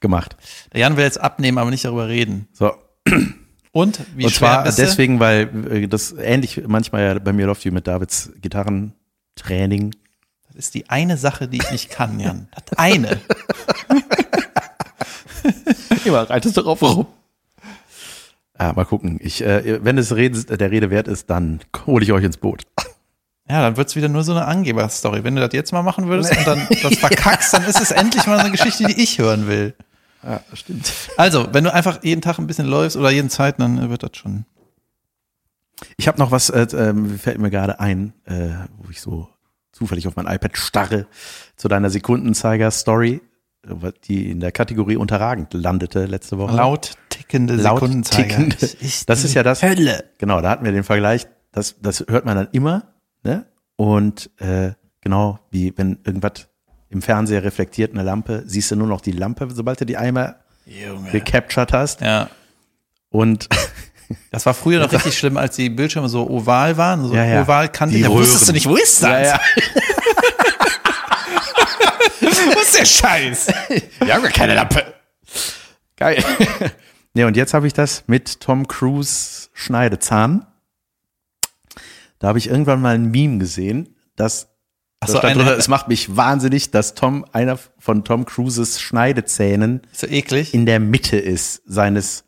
Speaker 2: gemacht.
Speaker 1: der Jan will jetzt abnehmen, aber nicht darüber reden.
Speaker 2: So.
Speaker 1: Und wie
Speaker 2: und
Speaker 1: schwer
Speaker 2: zwar
Speaker 1: bist du?
Speaker 2: deswegen, weil äh, das ähnlich manchmal ja bei mir läuft wie mit Davids Gitarrentraining.
Speaker 1: Das ist die eine Sache, die ich nicht kann, Jan. Das eine.
Speaker 2: Immer reitest du drauf rum. Ah, mal gucken. Ich, äh, wenn es Rede, der Rede wert ist, dann hole ich euch ins Boot.
Speaker 1: Ja, dann wird's wieder nur so eine Angeber-Story. Wenn du das jetzt mal machen würdest und dann das verkackst, dann ist es endlich mal eine Geschichte, die ich hören will.
Speaker 2: Ja, stimmt.
Speaker 1: Also, wenn du einfach jeden Tag ein bisschen läufst oder jeden Zeit, dann wird das schon.
Speaker 2: Ich habe noch was, äh, ähm, fällt mir gerade ein, äh, wo ich so zufällig auf mein iPad starre, zu deiner Sekundenzeiger-Story, äh, die in der Kategorie unterragend landete letzte Woche.
Speaker 1: Laut tickende
Speaker 2: laut
Speaker 1: Sekundenzeiger.
Speaker 2: tickende. Das ist ja das.
Speaker 1: Hölle.
Speaker 2: Genau, da hatten wir den Vergleich. Das, das hört man dann immer. Ne? Und äh, genau wie wenn irgendwas im Fernseher reflektiert, eine Lampe, siehst du nur noch die Lampe, sobald du die einmal gecaptured hast.
Speaker 1: Ja.
Speaker 2: Und
Speaker 1: Das war früher noch richtig schlimm, als die Bildschirme so oval waren, so
Speaker 2: Ja, ja.
Speaker 1: ovalkantig.
Speaker 2: Die
Speaker 1: Da wusstest
Speaker 2: Röhren.
Speaker 1: du nicht, wo ist das?
Speaker 2: ja,
Speaker 1: Wo ist der Scheiß?
Speaker 2: wir haben gar keine Lampe. Geil. Ja, und jetzt habe ich das mit Tom Cruise Schneidezahn. Da habe ich irgendwann mal ein Meme gesehen, das
Speaker 1: Ach
Speaker 2: da
Speaker 1: so,
Speaker 2: stand
Speaker 1: eine-
Speaker 2: drunter, es macht mich wahnsinnig, dass Tom einer von Tom Cruises Schneidezähnen
Speaker 1: So eklig.
Speaker 2: in der Mitte ist seines.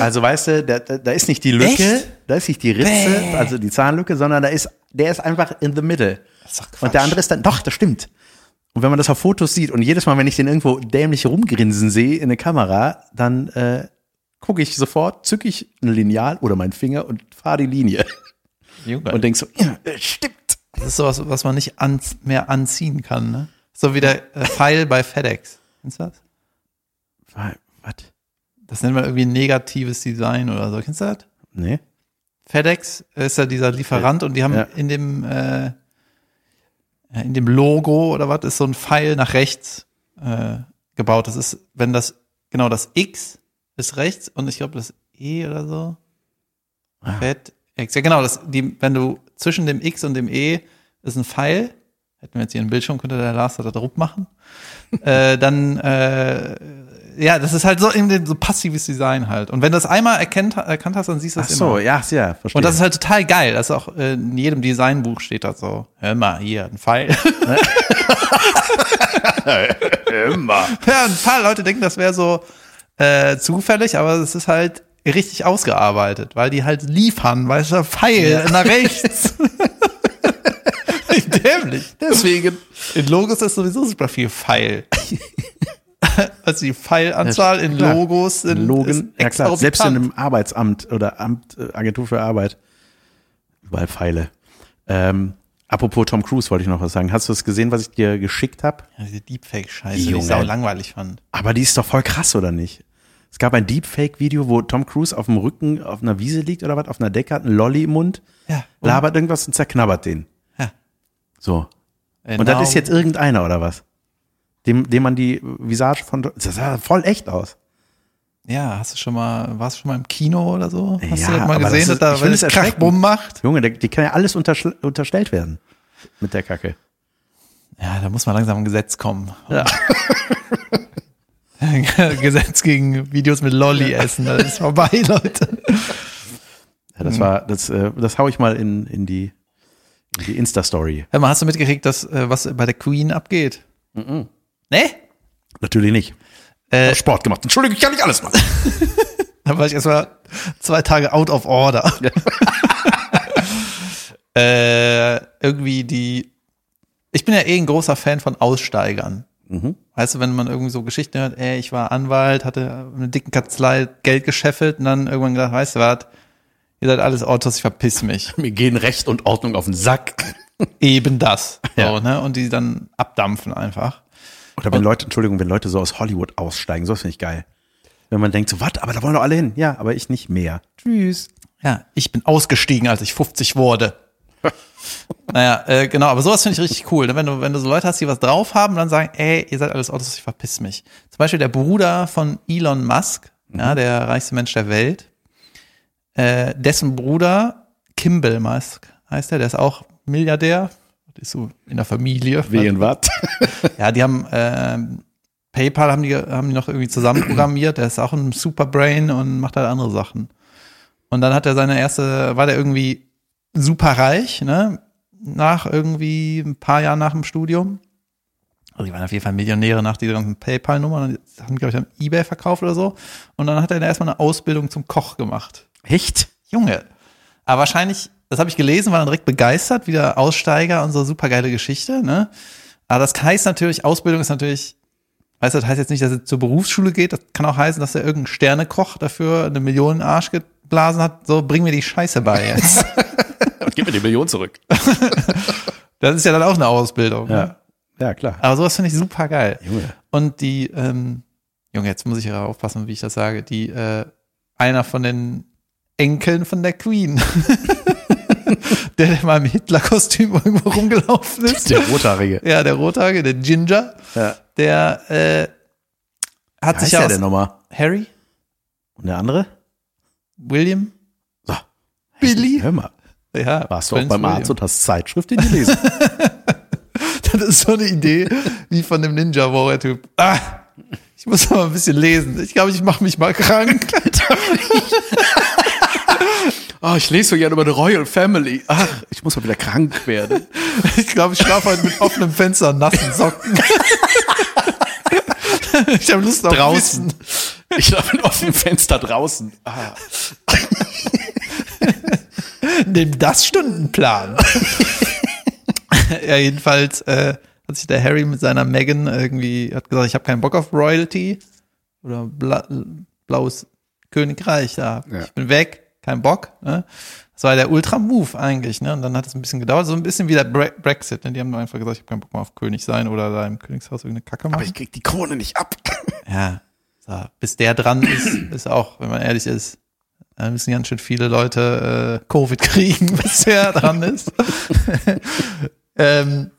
Speaker 2: Also weißt du, da, da, da ist nicht die Lücke,
Speaker 1: Echt?
Speaker 2: da ist nicht die Ritze, also die Zahnlücke, sondern da ist, der ist einfach in the middle.
Speaker 1: ist doch Quatsch.
Speaker 2: Und der andere ist dann, doch, das stimmt. Und wenn man das auf Fotos sieht und jedes Mal, wenn ich den irgendwo dämlich rumgrinsen sehe in eine Kamera, dann äh, gucke ich sofort, zücke ich ein Lineal oder meinen Finger und fahre die Linie
Speaker 1: Junge.
Speaker 2: und denk so, ja, äh, stimmt.
Speaker 1: Das ist sowas, was man nicht ans, mehr anziehen kann, ne? So wie der äh, Pfeil bei FedEx. Kennst du das?
Speaker 2: Wa- Was?
Speaker 1: Das nennt man irgendwie negatives Design oder so. Kennst du das?
Speaker 2: Nee.
Speaker 1: FedEx ist ja dieser Lieferant und die haben
Speaker 2: Ja.
Speaker 1: in dem äh, in dem Logo oder was ist so ein Pfeil nach rechts äh, gebaut. Das ist, wenn das genau das X ist rechts und ich glaube das E oder so.
Speaker 2: Ah.
Speaker 1: FedEx. Ja genau, das, die, wenn du zwischen dem X und dem E ist ein Pfeil. Hätten wir jetzt hier einen Bildschirm, könnte der Lars da drauf machen. äh, dann äh, ja, das ist halt so, eben so passives Design halt. Und wenn du das einmal erkennt, erkannt hast, dann siehst du
Speaker 2: Ach
Speaker 1: das immer.
Speaker 2: so, ja, ja, verstehe.
Speaker 1: Und das ist halt total geil. Das ist auch äh, in jedem Designbuch steht das so. Hör mal, hier, ein Pfeil.
Speaker 2: immer.
Speaker 1: ja, ein paar Leute denken, das wäre so äh, zufällig, aber es ist halt richtig ausgearbeitet, weil die halt liefern, weißt du, Pfeil nach rechts. Dämlich.
Speaker 2: Deswegen.
Speaker 1: In Logos ist sowieso super viel Pfeil. also die Pfeilanzahl in
Speaker 2: klar.
Speaker 1: Logos sind
Speaker 2: Logen,
Speaker 1: ist
Speaker 2: ja klar,
Speaker 1: exorbitant.
Speaker 2: selbst in einem Arbeitsamt oder Amt, äh, Agentur für Arbeit. Überall Pfeile. Ähm, apropos Tom Cruise wollte ich noch was sagen. Hast du es gesehen, was ich dir geschickt habe?
Speaker 1: ja, diese Deepfake-Scheiße, die
Speaker 2: Junge.
Speaker 1: ich sau langweilig fand.
Speaker 2: Aber die ist doch voll krass, oder nicht? Es gab ein Deepfake-Video, wo Tom Cruise auf dem Rücken auf einer Wiese liegt oder was, auf einer Decke hat einen Lolli im Mund,
Speaker 1: Ja.
Speaker 2: labert irgendwas und zerknabbert den.
Speaker 1: Oh. Ja. Genau.
Speaker 2: So.
Speaker 1: Äh,
Speaker 2: Und das ist jetzt irgendeiner, oder was? Dem, dem man die Visage von. Das sah voll echt aus.
Speaker 1: Ja, hast du schon mal, warst du schon mal im Kino oder so? Hast
Speaker 2: Ja,
Speaker 1: du das mal
Speaker 2: aber das
Speaker 1: gesehen,
Speaker 2: ist-
Speaker 1: dass
Speaker 2: ich
Speaker 1: da,
Speaker 2: find
Speaker 1: wenn
Speaker 2: es
Speaker 1: es Krachbumm macht?
Speaker 2: Junge, der, die kann ja alles unterschl- unterstellt werden. Mit der Kacke.
Speaker 1: Ja, da muss man langsam ein Gesetz kommen. Gesetz gegen Videos mit Lolli essen, das ist vorbei, Leute.
Speaker 2: Ja, das war, das, äh, das hau ich mal in, in die, in die Insta-Story.
Speaker 1: Hör mal, hast du mitgekriegt, dass, äh, was bei der Queen abgeht? Mhm. Ne?
Speaker 2: Natürlich nicht.
Speaker 1: Äh,
Speaker 2: Hab Sport gemacht. Entschuldigung, ich kann nicht alles machen.
Speaker 1: Da war ich erstmal zwei Tage out of order. äh, irgendwie die. Ich bin ja eh ein großer Fan von Aussteigern. Weißt du, wenn man irgendwie so Geschichten hört, ey, ich war Anwalt, hatte eine dicken Kanzlei Geld gescheffelt und dann irgendwann gedacht, weißt du was, ihr seid alles Autos, ich verpiss mich.
Speaker 2: Mir gehen Recht und Ordnung auf den Sack.
Speaker 1: Eben das. So,
Speaker 2: Ja.
Speaker 1: ne? Und die dann abdampfen einfach.
Speaker 2: Oder wenn Leute, Entschuldigung, wenn Leute so aus Hollywood aussteigen, sowas finde ich geil. Wenn man denkt, so, was, aber da wollen doch alle hin. Ja, aber ich nicht mehr. Tschüss.
Speaker 1: Ja, ich bin ausgestiegen, als ich 50 wurde. naja, äh, genau, aber sowas finde ich richtig cool. ne? Wenn du, wenn du so Leute hast, die was drauf haben und dann sagen, ey, ihr seid alles Autos, ich verpiss mich. Zum Beispiel der Bruder von Elon Musk, ja, der reichste Mensch der Welt, äh, dessen Bruder Kimball Musk heißt er, der ist auch Milliardär, Das ist so in der Familie.
Speaker 2: was?
Speaker 1: Ja, die haben ähm, PayPal haben die, haben die noch irgendwie zusammenprogrammiert. Der ist auch ein Superbrain und macht halt andere Sachen. Und dann hat er seine erste, war der irgendwie superreich, ne? Nach irgendwie ein paar Jahren nach dem Studium. Also die waren auf jeden Fall Millionäre nach dieser ganzen PayPal-Nummer. Und die Haben, glaube ich, am Ebay verkauft oder so. Und dann hat er erstmal eine Ausbildung zum Koch gemacht.
Speaker 2: Echt?
Speaker 1: Junge. Aber wahrscheinlich, das habe ich gelesen, war dann direkt begeistert, wieder Aussteiger und so supergeile Geschichte, ne? Aber das heißt natürlich, Ausbildung ist natürlich, weißt du, das heißt jetzt nicht, dass er zur Berufsschule geht, das kann auch heißen, dass er irgendein Sternekoch dafür eine Millionen Arsch geblasen hat, so bring mir die Scheiße bei jetzt.
Speaker 3: Gib mir die Million zurück.
Speaker 1: das ist ja dann auch eine Ausbildung. Ne?
Speaker 2: Ja. Ja, klar.
Speaker 1: Aber sowas finde ich super geil.
Speaker 2: Junge.
Speaker 1: Und die, ähm, Junge, jetzt muss ich ja aufpassen, wie ich das sage, die, äh, einer von den Enkeln von der Queen. der, der mal im Hitler-Kostüm irgendwo rumgelaufen ist.
Speaker 2: Der Rothaarige.
Speaker 1: Ja, der Rothaarige, der Ginger,
Speaker 2: Ja.
Speaker 1: der, äh, hat
Speaker 2: Wie
Speaker 1: sich
Speaker 2: heißt
Speaker 1: ja
Speaker 2: der
Speaker 1: aus,
Speaker 2: denn nochmal?
Speaker 1: Harry,
Speaker 2: Und der andere?
Speaker 1: William,
Speaker 2: So.
Speaker 1: Billy.
Speaker 2: Hör mal.
Speaker 1: Ja,
Speaker 2: Warst du auch
Speaker 1: Prinz
Speaker 2: beim Arzt und hast Zeitschriften gelesen?
Speaker 1: Das ist so eine Idee wie von dem Ninja Warrior Typ. Ah, ich muss mal ein bisschen lesen. Ich glaube, ich mache mich mal krank.
Speaker 3: Ah, ich lese so gerne über eine Royal Family. Ach,
Speaker 2: ich muss mal wieder krank werden.
Speaker 1: Ich glaube, ich schlafe heute mit offenem Fenster und nassen Socken. ich habe Lust auf
Speaker 3: Draußen.
Speaker 1: Wissen.
Speaker 3: ich schlafe mit offenem Fenster draußen.
Speaker 2: Ah,
Speaker 1: Nimm das Stundenplan. ja, jedenfalls äh, hat sich der Harry mit seiner Megan irgendwie hat gesagt, ich habe keinen Bock auf Royalty oder Bla blaues Königreich. Ja.
Speaker 2: Ja.
Speaker 1: Ich bin weg, kein Bock. Ne? Das war der Ultra-Move eigentlich. Ne? Und dann hat es ein bisschen gedauert, so ein bisschen wie der Bre Brexit. Ne? Die haben einfach gesagt, ich habe keinen Bock mehr auf König sein oder da im Königshaus irgendeine Kacke machen.
Speaker 2: Aber ich krieg die Krone nicht ab.
Speaker 1: Ja, so, bis der dran ist, ist auch, wenn man ehrlich ist, Da müssen ganz schön viele Leute äh, Covid kriegen, bis der dran ist. ähm,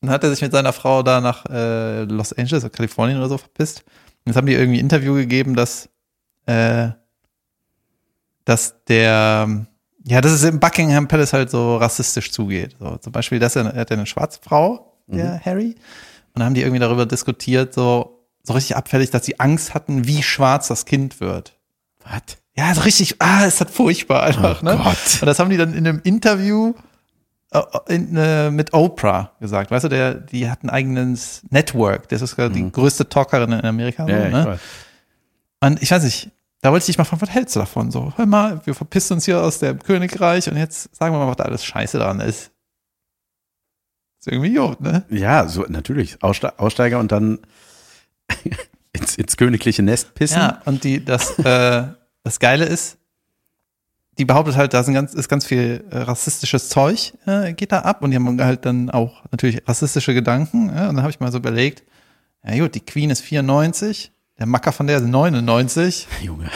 Speaker 1: dann hat er sich mit seiner Frau da nach äh, Los Angeles, oder Kalifornien oder so verpisst. Und jetzt haben die irgendwie ein Interview gegeben, dass, äh, dass der, ja, dass es im Buckingham Palace halt so rassistisch zugeht. So, zum Beispiel, dass er, er hat ja eine schwarze Frau, der Harry. Und dann haben die irgendwie darüber diskutiert, so, so richtig abfällig, dass sie Angst hatten, wie schwarz das Kind wird.
Speaker 2: Was?
Speaker 1: Ja, so richtig, ah, ist das furchtbar einfach,
Speaker 2: Oh
Speaker 1: ne?
Speaker 2: Gott.
Speaker 1: Und das haben die dann in einem Interview äh, in, äh, mit Oprah gesagt. Weißt du, der, die hat ein eigenes Network. Das ist gerade die größte Talkerin in Amerika. so,
Speaker 2: Mhm. Ja, ich
Speaker 1: ne?
Speaker 2: weiß.
Speaker 1: Und ich weiß nicht, da wollte ich dich mal fragen, was hältst du davon? So, hör mal, wir verpissen uns hier aus dem Königreich und jetzt sagen wir mal, was da alles scheiße dran ist. Ist irgendwie Idiot, ne?
Speaker 2: ja so, natürlich. Ausste Aussteiger und dann ins, ins königliche Nest pissen.
Speaker 1: Ja, und die, das, äh, das Geile ist, die behauptet halt, da sind ganz, ist ganz viel äh, rassistisches Zeug, äh, geht da ab und die haben halt dann auch natürlich rassistische Gedanken. Ja, und dann habe ich mal so überlegt, ja gut, die Queen ist 94, der Macker von der ist 99.
Speaker 2: Junge.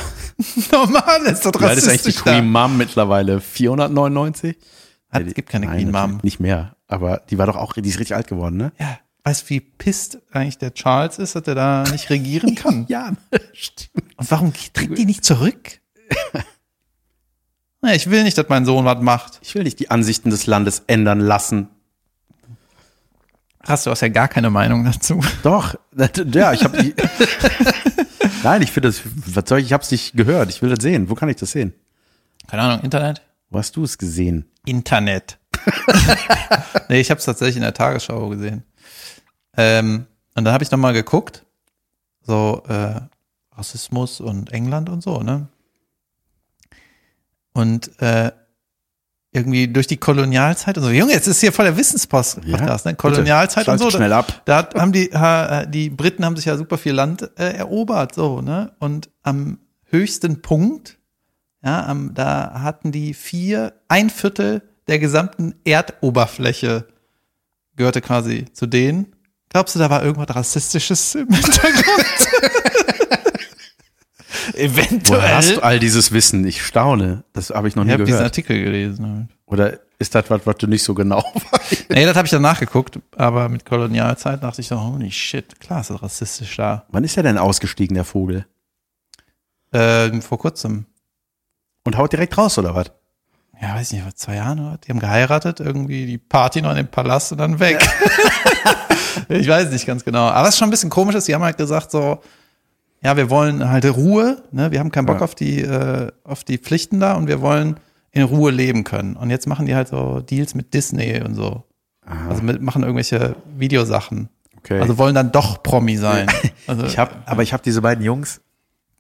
Speaker 1: Normal ist das
Speaker 2: Weil das ist eigentlich die
Speaker 1: rassistisch da.
Speaker 2: Queen Mom mittlerweile 499?
Speaker 1: Hat,
Speaker 2: Ja, die-
Speaker 1: es gibt keine
Speaker 2: Nein,
Speaker 1: Queen Mom.
Speaker 2: natürlich Nicht mehr. Aber die war doch auch, die ist richtig alt geworden, ne?
Speaker 1: Ja, weißt du, wie pisst eigentlich der Charles ist, dass er da nicht regieren kann?
Speaker 2: Ja, stimmt.
Speaker 1: Und warum tritt die nicht zurück? Na, ich will nicht, dass mein Sohn was macht.
Speaker 2: Ich will nicht die Ansichten des Landes ändern lassen.
Speaker 1: Hast du hast ja gar keine Meinung dazu.
Speaker 2: Doch, ja, ich habe. Nein, ich finde das, was soll ich, ich habe es nicht gehört. Ich will das sehen. Wo kann ich das sehen?
Speaker 1: Keine Ahnung, Internet?
Speaker 2: Wo hast du es gesehen?
Speaker 1: Internet. nee, ich habe es tatsächlich in der Tagesschau gesehen. Ähm, und dann habe ich nochmal geguckt, so äh, Rassismus und England und so, ne? Und äh, irgendwie durch die Kolonialzeit und so. Junge, jetzt ist hier voll der Wissenspost.
Speaker 2: Ja,
Speaker 1: das, ne?
Speaker 2: bitte,
Speaker 1: Kolonialzeit und so.
Speaker 2: schaltet schnell ab.
Speaker 1: Da hat, haben die, ha, äh, die Briten haben sich ja super viel Land äh, erobert, so, ne? Und am höchsten Punkt, ja, am, da hatten die vier, ein Viertel der gesamten Erdoberfläche gehörte quasi zu denen. Glaubst du, da war irgendwas Rassistisches im Hintergrund?
Speaker 2: Woher hast
Speaker 1: Eventuell.
Speaker 2: du all dieses Wissen? Ich staune. Das habe ich noch
Speaker 1: Ich
Speaker 2: nie
Speaker 1: habe diesen
Speaker 2: gehört.
Speaker 1: Artikel gelesen. ne?
Speaker 2: Oder ist das was, was du nicht so genau weißt?
Speaker 1: Nee, das habe ich dann nachgeguckt, aber mit Kolonialzeit dachte ich so, holy shit, klar ist das rassistisch da.
Speaker 2: Wann ist er denn ausgestiegen, der Vogel?
Speaker 1: Ähm, vor kurzem.
Speaker 2: Und haut direkt raus, oder was?
Speaker 1: ja, weiß nicht, vor zwei Jahren oder was? Die haben geheiratet, irgendwie die Party noch in dem Palast und dann weg. ich weiß nicht ganz genau. Aber was schon ein bisschen komisch ist, die haben halt gesagt so, ja, wir wollen halt Ruhe, ne? wir haben keinen Bock
Speaker 2: Ja.
Speaker 1: auf, die, äh, auf die Pflichten da und wir wollen in Ruhe leben können. Und jetzt machen die halt so Deals mit Disney und so. Also mit, machen irgendwelche Videosachen.
Speaker 2: Okay.
Speaker 1: Also wollen dann doch Promi sein. Also,
Speaker 2: Ich hab, aber ich habe diese beiden Jungs,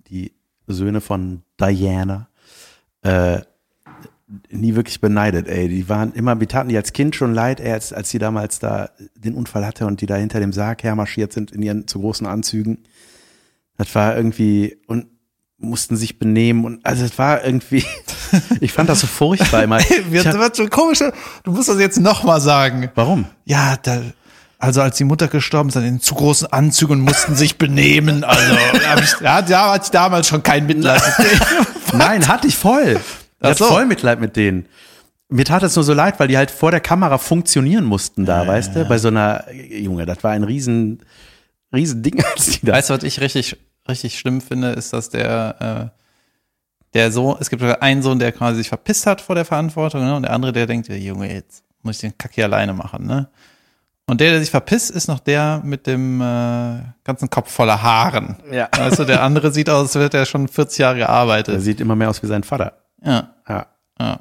Speaker 2: die Söhne von Diana, äh, nie wirklich beneidet, ey. Die waren immer, die taten die als Kind schon leid, ey, als, als die damals da den Unfall hatte und die da hinter dem Sarg hermarschiert sind in ihren zu großen Anzügen. Das war irgendwie, und mussten sich benehmen und, also es war irgendwie, ich fand das so furchtbar immer.
Speaker 1: Wird-
Speaker 2: Ich hab,
Speaker 1: wird schon komisch. Du musst das jetzt noch mal sagen.
Speaker 2: warum?
Speaker 1: Ja, da, also als die Mutter gestorben ist, dann in zu großen Anzügen und mussten sich benehmen. Also da hab ich, ja, da hatte ich damals schon kein Mitleid.
Speaker 2: Nein, hatte ich voll. Ich
Speaker 1: Ach
Speaker 2: hatte
Speaker 1: so.
Speaker 2: voll Mitleid mit denen. Mir tat es nur so leid, weil die halt vor der Kamera funktionieren mussten da, weißt du? Bei so einer, Junge, das war ein riesen, riesen Ding, als die da.
Speaker 1: weißt du, was ich richtig, richtig schlimm finde, ist, dass der, äh, der Sohn, es gibt sogar einen Sohn, der quasi sich verpisst hat vor der Verantwortung, ne? Und der andere, der denkt, ja, Junge, jetzt muss ich den Kack hier alleine machen, ne? Und der, der sich verpisst, ist noch der mit dem äh, ganzen Kopf voller Haaren.
Speaker 2: Ja.
Speaker 1: Weißt du, der andere sieht aus, als hätte er schon 40 Jahre
Speaker 2: Der
Speaker 1: gearbeitet.
Speaker 2: sieht immer mehr aus wie sein Vater.
Speaker 1: Ja.
Speaker 2: Ja.
Speaker 1: Ja.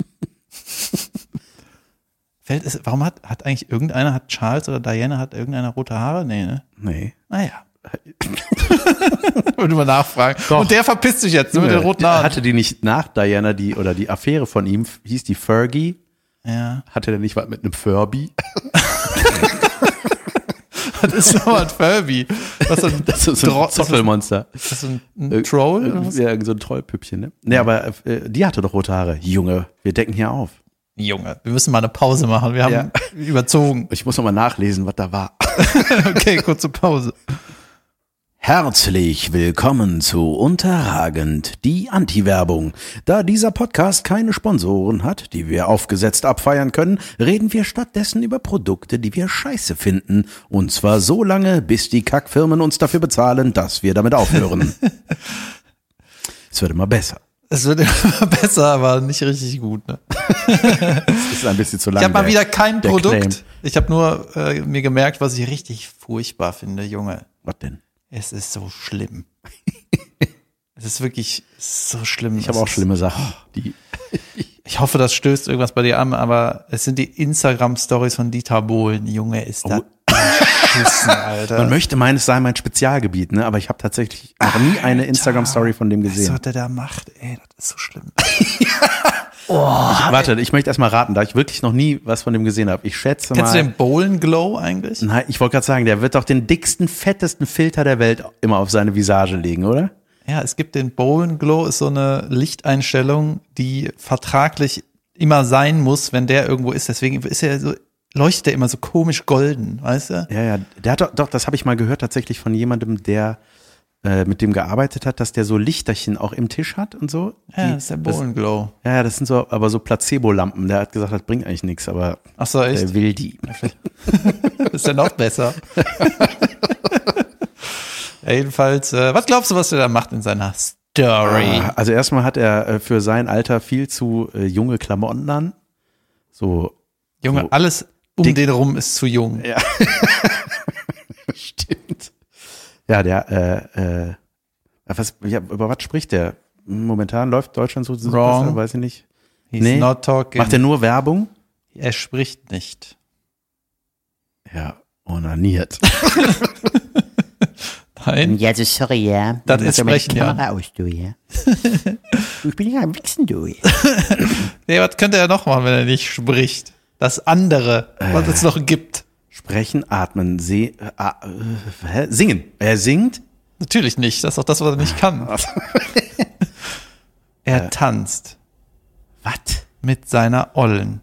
Speaker 1: Fällt es, warum hat, hat eigentlich irgendeiner, hat Charles oder Diana, hat irgendeiner rote Haare? Nee, ne?
Speaker 2: Nee.
Speaker 1: Naja. Würde mal nachfragen.
Speaker 2: Doch.
Speaker 1: Und der verpisst sich jetzt ne, mit den roten
Speaker 2: Der
Speaker 1: Haaren.
Speaker 2: Hatte die nicht nach Diana, die, oder die Affäre von ihm, f- hieß die Fergie?
Speaker 1: ja.
Speaker 2: Hatte der nicht was mit einem Furby?
Speaker 1: Das ist nochmal ein Furby. Das ist ein,
Speaker 2: Das ist so
Speaker 1: Dro-
Speaker 2: ein Zottelmonster.
Speaker 1: das ist ein, ein Troll. oder was?
Speaker 2: Ja, irgend so ein Trollpüppchen, ne? Nee, aber äh, die hatte doch rote Haare. Junge, wir decken hier auf.
Speaker 1: äh, Junge, wir müssen mal eine Pause machen. Wir haben
Speaker 2: Ja.
Speaker 1: überzogen.
Speaker 2: Ich muss nochmal nachlesen, was da war.
Speaker 1: Okay, kurze Pause.
Speaker 4: Herzlich willkommen zu Unterragend, die Anti-Werbung. Da dieser Podcast keine Sponsoren hat, die wir aufgesetzt abfeiern können, reden wir stattdessen über Produkte, die wir scheiße finden. Und zwar so lange, bis die Kackfirmen uns dafür bezahlen, dass wir damit aufhören. es wird immer besser.
Speaker 1: Es wird immer besser, aber nicht richtig gut. Ne?
Speaker 2: Das ist ein bisschen zu lang.
Speaker 1: Ich habe mal
Speaker 2: der-
Speaker 1: wieder kein
Speaker 2: der
Speaker 1: Produkt.
Speaker 2: Claim.
Speaker 1: Ich habe nur äh, mir gemerkt, was ich richtig furchtbar finde, Junge.
Speaker 2: Was denn?
Speaker 1: Es ist so schlimm. es ist wirklich so schlimm.
Speaker 2: Ich habe auch schlimme Sachen.
Speaker 4: Ah,
Speaker 2: Die,
Speaker 1: Ich hoffe, das stößt irgendwas bei dir an, aber es sind die Instagram-Stories von Dieter Bohlen. Junge, ist das beschissen, Alter.
Speaker 2: Oh.
Speaker 4: äh,
Speaker 2: man möchte meinen, es sei mein Spezialgebiet, ne? aber ich habe tatsächlich noch nie eine Instagram-Story von dem
Speaker 1: was
Speaker 2: gesehen.
Speaker 1: hat der da macht, ey, das ist so schlimm.
Speaker 2: Warte, ich möchte erst mal raten, da ich wirklich noch nie was von dem gesehen habe. Ich schätze
Speaker 1: Kennst du
Speaker 2: mal.
Speaker 1: den Bohlen Glow eigentlich?
Speaker 2: Nein, ich wollte gerade sagen, der wird doch den dicksten, fettesten Filter der Welt immer auf seine Visage legen, oder?
Speaker 1: Ja, es gibt den Bowen Glow, ist so eine Lichteinstellung, die vertraglich immer sein muss, wenn der irgendwo ist. Deswegen ist er so, leuchtet er immer so komisch golden, weißt du?
Speaker 2: Ja, ja. Der hat doch, doch das habe ich mal gehört tatsächlich von jemandem, der äh, mit dem gearbeitet hat, dass der so Lichterchen auch im Tisch hat und so.
Speaker 1: Ja,
Speaker 2: Die-
Speaker 1: das ist der
Speaker 2: das,
Speaker 1: Bowen Glow.
Speaker 2: ja, ja, das sind so, aber so Placebo-Lampen. Der hat gesagt, das bringt eigentlich nichts, aber
Speaker 1: Ach so, Oh, echt?
Speaker 2: der will die.
Speaker 1: Ist ja noch besser. ja, jedenfalls, äh, was glaubst du, was der da macht in seiner Story?
Speaker 2: Ah, Also erstmal hat er äh, für sein Alter viel zu äh, junge Klamotten an. So
Speaker 1: Junge,
Speaker 2: so
Speaker 1: alles um
Speaker 2: dick-
Speaker 1: den rum ist zu jung.
Speaker 2: Stimmt. Ja, der, äh, äh, was, ja, über was spricht der? Momentan läuft Deutschland so
Speaker 1: Wrong.
Speaker 2: weiß ich nicht.
Speaker 1: He's
Speaker 2: nee.
Speaker 1: not talking.
Speaker 2: Macht er nur Werbung?
Speaker 1: er spricht nicht.
Speaker 2: Ja, onaniert.
Speaker 1: Nein.
Speaker 5: Ja, also sorry, ja.
Speaker 1: Das
Speaker 5: Ich
Speaker 1: ist
Speaker 5: mach mal die
Speaker 1: Sprechen, ja.
Speaker 5: Kamera aus, du, ja. du, ich bin ja am Wichsen, du.
Speaker 1: Nee, was könnte er noch machen, wenn er nicht spricht? Das andere,
Speaker 2: Äh.
Speaker 1: was es noch gibt.
Speaker 2: Sprechen, atmen, seh, äh, ah, äh, hä? singen. Er singt?
Speaker 1: Natürlich nicht. Das ist doch das, was er nicht kann.
Speaker 2: Also, Äh.
Speaker 1: er tanzt
Speaker 2: Was?
Speaker 1: mit seiner Ollen.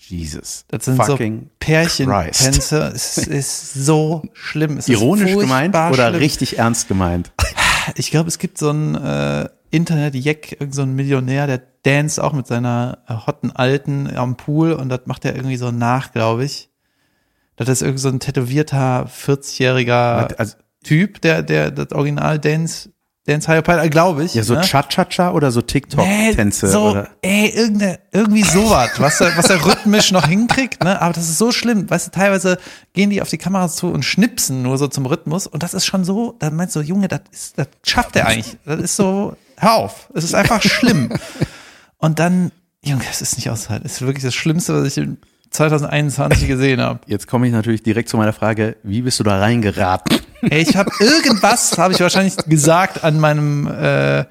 Speaker 2: Jesus.
Speaker 1: Das sind so
Speaker 2: Fucking Christ.
Speaker 1: Pärchentänze. Es ist so schlimm. Es
Speaker 2: Ironisch
Speaker 1: ist
Speaker 2: gemeint
Speaker 1: furchtbar
Speaker 2: oder
Speaker 1: schlimm. Ah.
Speaker 2: richtig ernst gemeint?
Speaker 1: Ich glaube, es gibt so einen äh, Internet-Jack, irgendeinen so einen Millionär, der danced auch mit seiner äh, hotten Alten am Pool und das macht er irgendwie so nach, glaube ich. Das ist irgend so ein tätowierter 40-jähriger
Speaker 2: also,
Speaker 1: Typ, der, der das Original Dance, Dance High Pilot, glaube ich.
Speaker 2: ja, so
Speaker 1: ne?
Speaker 2: Cha-Cha-Cha oder so TikTok-Tänze?
Speaker 1: Nee, so,
Speaker 2: oder?
Speaker 1: ey, irgende, irgendwie sowas, was er, was er rhythmisch noch hinkriegt, ne? Aber das ist so schlimm. Weißt du, teilweise gehen die auf die Kameras zu und schnipsen nur so zum Rhythmus. Und das ist schon so, da meinst du, Junge, das, ist, das schafft er eigentlich. Das ist so, hör auf. Es ist einfach schlimm. Und dann, Junge, es ist nicht aushalten. Es ist wirklich das Schlimmste, was ich in 2021 gesehen habe.
Speaker 2: Jetzt komme ich natürlich direkt zu meiner Frage, wie bist du da reingeraten?
Speaker 1: Ey, ich habe irgendwas, habe ich wahrscheinlich gesagt an meinem äh,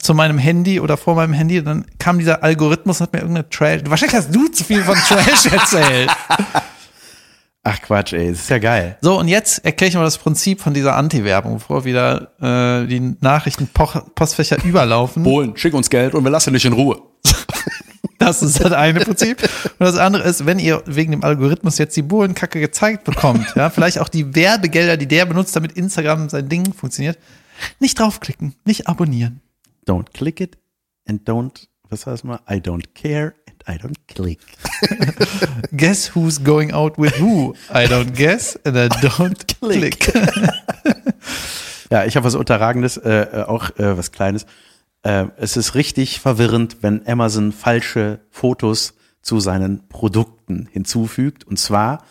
Speaker 1: zu meinem Handy oder vor meinem Handy. Und dann kam dieser Algorithmus und hat mir irgendeine Trash. Wahrscheinlich hast du zu viel von Trash erzählt.
Speaker 2: Ach Quatsch, ey, das ist ja geil.
Speaker 1: So, und jetzt erkläre ich mal das Prinzip von dieser Anti-Werbung, bevor wieder äh, die Nachrichtenpostfächer überlaufen.
Speaker 3: Polen, schick uns Geld und wir lassen dich in Ruhe.
Speaker 1: Das ist das eine Prinzip. Und das andere ist, wenn ihr wegen dem Algorithmus jetzt die Bohlenkacke gezeigt bekommt, ja, vielleicht auch die Werbegelder, die der benutzt, damit Instagram sein Ding funktioniert, nicht draufklicken, nicht abonnieren.
Speaker 2: Don't click it and don't, was war das mal? I don't care and I don't click.
Speaker 1: Guess who's going out with who? I don't guess and I don't click.
Speaker 2: Ja, ich habe was Unterragendes, äh, äh, auch äh, was Kleines. Äh, es ist richtig verwirrend, wenn Amazon falsche Fotos zu seinen Produkten hinzufügt. Und zwar